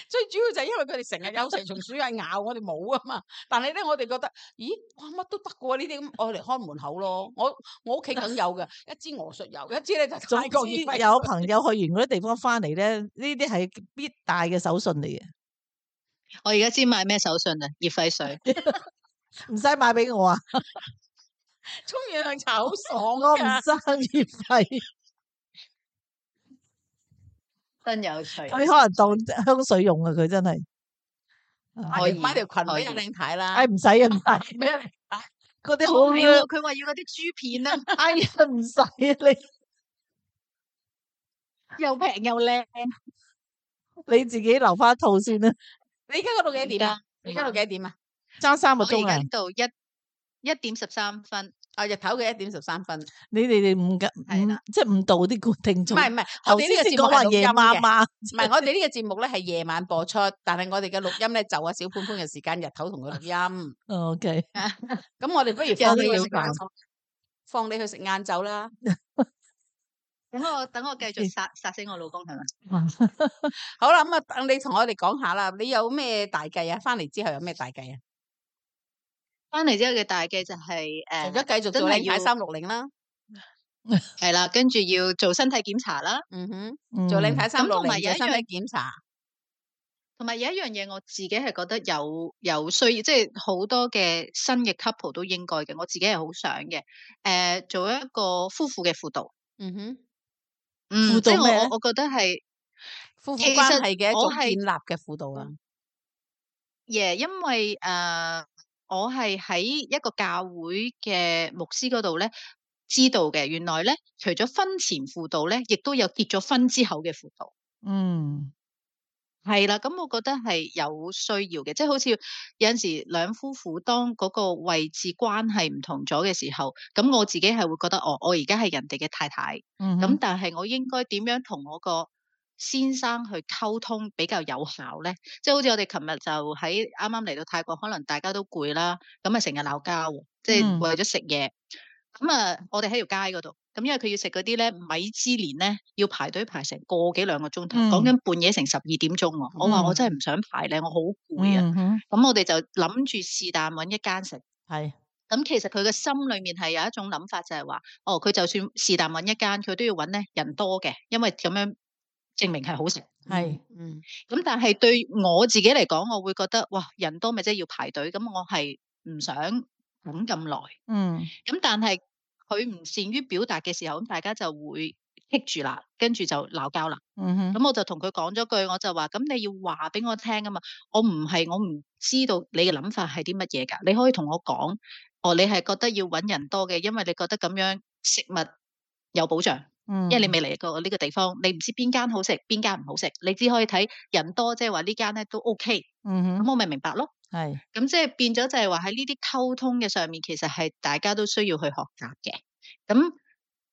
最主要就係因為佢哋成日有蛇蟲鼠蟻咬我哋冇啊嘛， 但係咧我哋覺得，咦，哇乜都得嘅喎呢啲咁，我嚟開門口咯。我我屋企梗有嘅，一支鵝術油，一支咧就
總
泰國熱
之
費
有朋友去完嗰啲地方翻嚟咧，呢啲係必帶嘅手信嚟嘅，
我而家知買咩手信啊，熱沸水。
唔使買俾我啊！
沖完涼茶好爽
我唔
㗎。
生月費，
真有趣。
佢可能當香水用啊！佢真係，
可以
買條裙
可
俾
以
阿靚睇啦
唉，，唔使啊，唔使
俾阿靚睇
嗰啲
哦
好
係
咧
喎，佢話要嗰啲豬 片啊，
哎呀，唔使啊你
又平又靚。
你自己留翻套先啦，
你而家嗰度幾點啊？你而家嗰度幾點啊？
爭三個
我而
鐘
家
啊！
呢度一一點十三分，
啊，日頭嘅一點十三分，唔
你哋哋五嘅
係啦
五，即係唔到啲固
係
定做。
唔係，我
頭
哋
先
呢個
先
節
講
目係
話
錄
夜
音
媽
嘅，
媽，
唔係我哋呢個節目咧係夜晚播出，但係我哋嘅錄音咧就阿小潘潘嘅時間，日頭同佢錄音。
O K，
咁我哋不如
有
放你
嘢
去
要
食晏
講
晝，放你去食晏晝啦。
等我等我繼續殺殺死我老公係咪？
Ờ.
好啦，咁啊，等你同我哋講下啦，你有咩大計啊？翻嚟之後有咩大計啊？
翻嚟之後嘅大計就係呃
除
誒
咗繼續
真
做
係
靚太
要
三六零啦，
係啦，跟住要做身體檢查啦，
嗯哼，做靚太三
咁
六
同
零
埋有
嘅
一
身體
樣
檢查，
同埋有一樣嘢我自己係覺得有有需要，即係好多嘅新嘅 couple 都應該嘅，我自己係好想嘅。誒、呃做一個夫婦嘅輔導，
嗯哼，
嗯，
輔
即
導
係
咩
我
咧
我我覺得係
夫婦
其
關
實
係嘅一
我
種
係
建立嘅輔導啊。
耶因為誒、呃我係喺一個教會嘅牧師嗰度咧知道嘅，原來咧除咗婚前輔導咧，亦都有結咗婚之後嘅輔導。
嗯
係啦，咁我覺得係有需要嘅，即係好似有陣時兩夫婦當嗰個位置關係唔同咗嘅時候，咁我自己係會覺得，哦，我而家係人哋嘅太太，咁、
嗯哼，
但係我應該點樣同我個先生去溝通比較有效咧？即係好似我哋琴日就喺啱啱嚟到泰國，可能大家都攰啦，咁啊成日鬧交喎，即
嗯
係為咗食嘢。咁啊，我哋喺條街嗰度，咁因為佢要食嗰啲咧米芝蓮咧，要排隊排成個幾兩個鐘頭，
嗯
講緊、半夜成十二點鐘喎。我話我真係唔想排咧，我好攰啊。
嗯哼，
咁、我哋就諗住是但揾一間食。
係
咁其實佢嘅心裏面係有一種諗法，就係話，哦，佢就算是但揾一間，佢都要揾咧人多嘅，因為咁樣證明係好食。
係
嗯，
咁但係對我自己嚟講，我會覺得哇，人多咪即係要排隊，咁我係唔想等咁耐。
嗯
咁但係佢唔善於表達嘅時候，咁大家就會棘住啦，跟住就鬧交啦。
嗯哼，
咁我就同佢講咗句，我就話：咁你要話俾我聽啊嘛，我唔係我唔知道你嘅諗法係啲乜嘢㗎，你可以同我講，哦，你係覺得要揾人多嘅，因為你覺得咁樣食物有保障。
嗯，
因為你未嚟過呢個地方，你唔知邊間好食，邊間唔好食，你只可以睇人多，即係話呢間咧都 OK，
嗯哼
咁我咪明白咯。
係
咁即係變咗就係話喺呢啲溝通嘅上面，其實係大家都需要去學習嘅。咁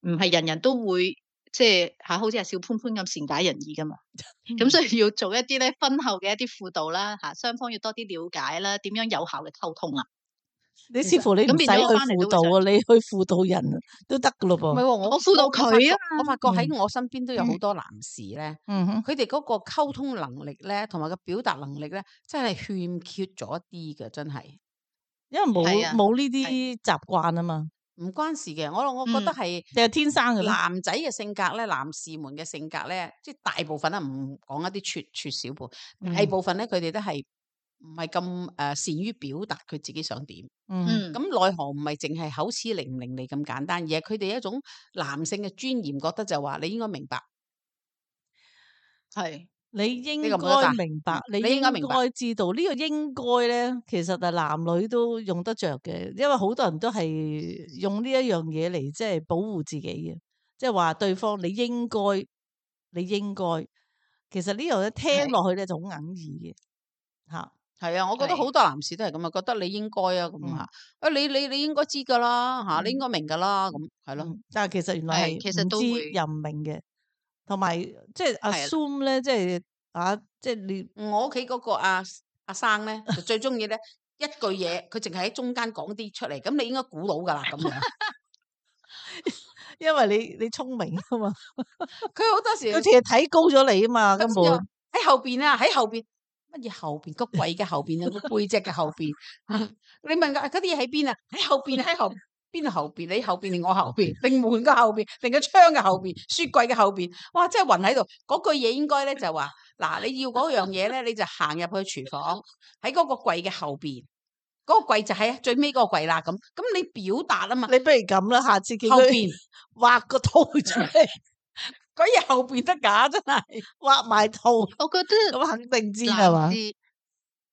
唔係人人都會即係嚇，好似阿小潘潘咁善解人意噶嘛。咁所以 要做一啲咧婚後嘅一啲輔導啦，嚇雙方要多啲了解啦，點樣有效嘅溝通啦。
你似乎你唔
咁
使
變
去
咗我返嚟
輔
都
導
會
啊，你去輔導人都得噶咯
唔係
噃。
喎，我
我輔導
我
佢
發覺
啊
我發覺喺我身邊都有好
嗯
多男士咧，
嗯哼，
佢哋嗰個溝通能力咧，同埋個表達能力咧，真係欠缺咗一啲嘅，真係。
因為冇
係啊
冇呢啲習慣啊嘛，
唔關事嘅，我我覺得
嗯
係
定係天生噶啦。
男仔嘅性格咧，男士們嘅性格咧，即系大部分啦，唔講一啲缺缺少部，大
嗯
部分咧佢哋都係唔係咁诶善於表達佢自己想點。
嗯
嗯，
咁奈何唔係淨係口齒伶唔伶俐咁簡單，而係佢哋一種男性嘅尊嚴，覺得就話你應該明白，
係
你應
個冇得
該
打
明白，你
你應
應
該明白
該知道呢個應該咧，其實係男女都用得着嘅，因為好多人都係用呢一樣嘢嚟即係保護自己嘅，即係話對方你應該，你應該，其實呢樣嘢聽
係
落去咧就好硬耳嘅嚇，
係啊，我覺得
係
好多男士都係咁啊，覺得你應該啊咁
嗯
吓，啊你你你應該知㗎啦吓，你應該明㗎啦咁，係咯，
嗯但係其實原來
係其
係
實
唔
都
知
會
又唔明嘅，同埋即係
係啦
assume 咧，即係啊，即係你
我屋企嗰個阿阿生咧，就最中意咧一句嘢，佢淨係喺中間講啲出嚟，咁你應該估到㗎啦咁樣。
因為你你聰明啊嘛，
佢好多時
佢哋睇高咗你啊嘛，
佢
根
就
本。
喺後邊啊，喺後邊乜嘢後邊個櫃嘅後邊啊，個背脊嘅後邊。 你問佢啊嗰啲嘢喺邊啊？喺後邊，喺後邊度後邊？你後邊定我後邊？定門嘅後邊？定個窗嘅後邊？雪櫃嘅後邊？哇！真係暈喺度。嗰句嘢應該咧就話嗱，你要嗰樣嘢咧，你就行入去廚房，喺嗰個櫃嘅後邊。嗰個櫃就喺最尾嗰個櫃啦，咁咁你表達啊嘛，
你不如咁啦，下次 見
後
佢
邊
畫個套出嚟，
嗰嘢後邊得㗎，真係。
畫埋套，
我覺得。
咁肯定知係嘛
男？士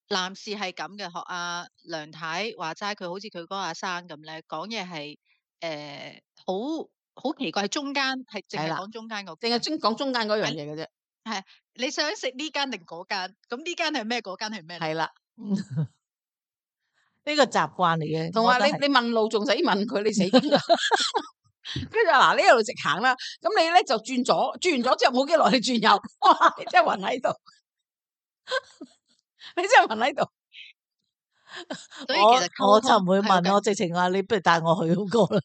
男士係咁嘅，學阿梁太話齋，佢好似佢嗰個阿生咁咧，講嘢係誒好好奇怪，係中間係淨
係
係
啦
講中間嗰
淨係中講中間嗰樣
係
嘢嘅啫，
你想食呢間定嗰間？咁呢間係咩？嗰間係咩嚟？
係啦。
呢個習慣嚟嘅，
同
我
埋
覺
你
得係
你問路仲使問佢，你死梗啦跟住話嗱，呢一路直行啦，咁你咧就轉左，轉咗之後冇幾耐你轉右， 哇！你真係暈喺度，你真係暈喺度。
所以其實
我我
溝
就
通
唔會
係好緊
問，我直情話你不如帶我去好過啦。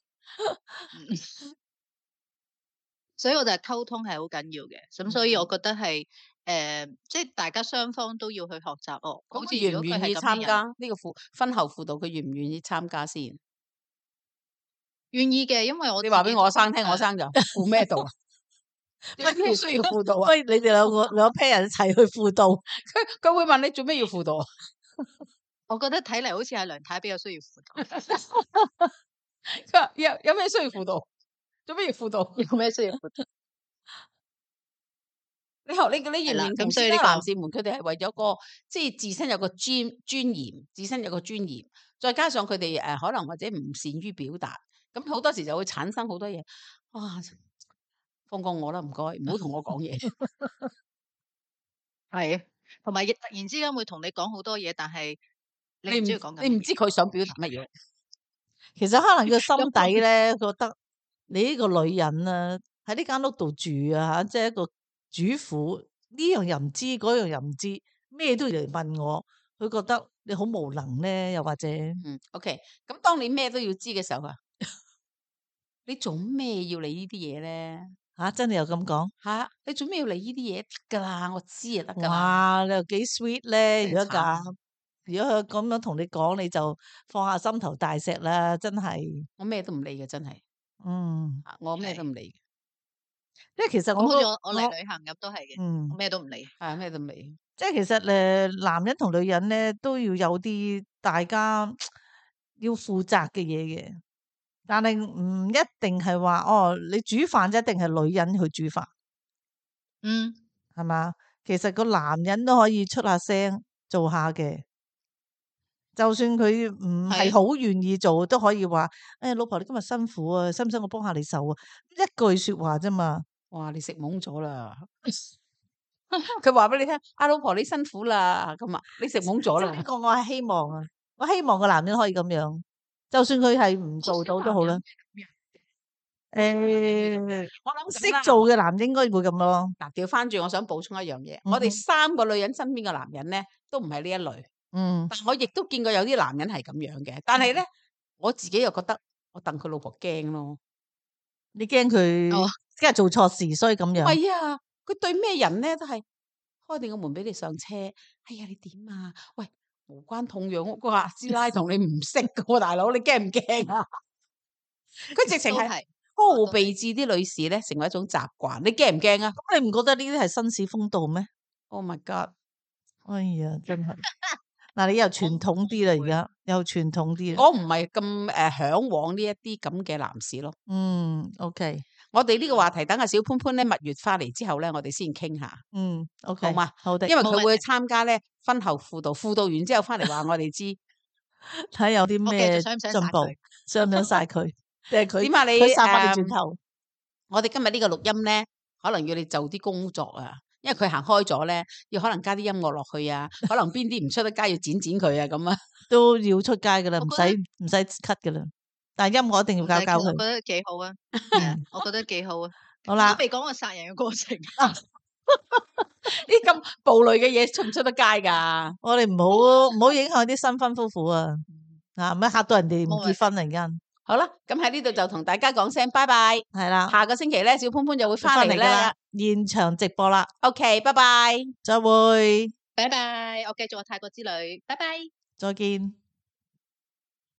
嗯所以我就係溝通係好緊要嘅，咁所以我覺得係誒、呃即係大家雙方都要去學習哦。好
咁
似
佢願
如
唔
果佢
願
係
意
咁嘅
參
人，
加呢個輔婚後輔導？佢願唔願意參加先？
願意嘅，因為我
你話
自己
俾我
都
生聽，我
誒
生就輔咩道啊？乜嘢需要輔導 啊？
喂，你哋兩個兩 pair 人一齊去輔導，
佢佢會問你做咩要輔導啊？
我覺得睇嚟好似阿梁太比較需要輔導。
佢話有有咩需要輔導？做咩要輔導？
有咩需要輔導？
你學你你
係
認唔
啦
認
咁
同
所
先
以
咧？
呢個
男士們佢哋係為咗個即係自身有個尊尊嚴，自身有個尊嚴，再加上佢哋誒可能或者唔善於表達，咁好多時就會產生好多嘢。哇！放過我啦，唔該，唔好同我講嘢。
係啊，同埋亦突然之間會同你講好多嘢，但係你
你
唔
唔
知佢講緊
你唔
乜嘢
知佢想表達乜嗯嘢，
其實可能個心底咧覺得你呢個女人啊，喺呢間屋度住啊吓，即係一個主婦，呢樣又唔知，嗰樣又唔知，咩都要嚟問我，佢覺得你好無能咧，又或者。
嗯，OK。咁當你咩都要知嘅時候啊，你做咩要理呢啲嘢咧？
吓、真係有咁講。
吓、你做咩要理呢啲嘢？得㗎啦，我知啊，得㗎啦。
哇！你又幾 sweet
真係
咧？如果
慘啊
咁，如果佢咁樣同你講，你就放下心頭大石啦，真係。
我咩都唔理嘅，真係，
嗯，
啊我咩
係
都唔理嘅，
即係其實我
咁好
都
似我我
我
嚟旅行咁都係嘅，
嗯
我，咩都唔理。
啊咩都唔理。
即係其實诶，男人同女人咧都要有啲大家要負責嘅嘢嘅，但係唔一定係話哦，你煮飯就一定係女人去煮飯，
嗯，
係嘛？其實個男人都可以出下聲做下嘅。就算佢唔係
係
好願意做，都可以話：，诶、老婆，你今日辛苦啊，使唔使我幫下你手啊？一句说話啫嘛，
哇！你食懵咗 啦，佢話俾你聽，阿老婆你辛苦啦，咁啊，你食懵咗
即係
啦
呢，個我係希望啊，我希望個男人可以咁樣，就算佢係唔
好
做
少
到都
男
好
人
啦。
係咁樣
诶、诶，
我谂
识做嘅男應該會咁咯。
嗱，调翻轉，我想補充一樣嘢，我哋
嗯哼
三個女人身邊嘅男人咧，都唔係呢一類，
嗯，
但我亦都見過有啲男人係咁樣嘅，但係咧，我自己又覺得我戥佢老婆驚咯，
你驚佢
哦
梗係做錯事，所以咁樣。
係啊，佢對咩人咧都係開定個門俾你上車，哎呀你點啊？喂，無關痛癢，我話師奶同你唔識嘅喎，大佬你驚唔驚啊？ 佢直情
都
係
係
呵護備至啲女士咧，成為一種習慣，你驚唔驚啊
咁你唔覺得呢啲係紳士風度咩？
？Oh my god！
哎呀，真係嗱，你
哦
又傳統啲啦，而家又傳統啲啦。
我唔係咁诶向往呢一啲咁嘅男士咯。
嗯，OK，
我哋呢個話題等阿小潘潘咧蜜月翻嚟之後咧，我哋先傾下，
嗯，OK，
好嘛？
好的，
因為
冇
佢
問
會
題
參加咧婚後輔導，輔導完之後翻嚟話我哋知
睇有啲
我繼
咩
續想唔想
進
殺
步
佢，
想唔想殺佢？ 定係
點
佢
啊你
佢殺翻你
嗯
誒
轉頭？
我哋今日呢個錄音咧，可能要你就啲工作啊，因為佢行開咗咧，要可能加啲音樂落去啊，可能邊啲唔出得街要剪剪佢啊咁啊。
都要出街噶啦，
我
唔
覺得
使唔使 cut 噶啦。但系音樂一定要
唔
教
使
教
驚我
佢。嗯
覺得幾好啊，係 啊我覺得幾好啊。
好
我
啦
都，未講過殺人嘅過程，
呢咁暴類嘅嘢出唔出得街㗎？
我哋唔好唔好影響啲新婚夫婦啊，啊唔好嚇到人哋唔
冇問
結婚嚟間，
好啦，咁喺呢度就同大家講聲拜拜。
係啦，
下個星期咧，小潘潘就會翻
翻
嚟
嚟噶啦
啦。，
現場直播啦，
OK，拜拜。
再會，
拜拜，我繼續我泰國之旅，拜拜。
再見。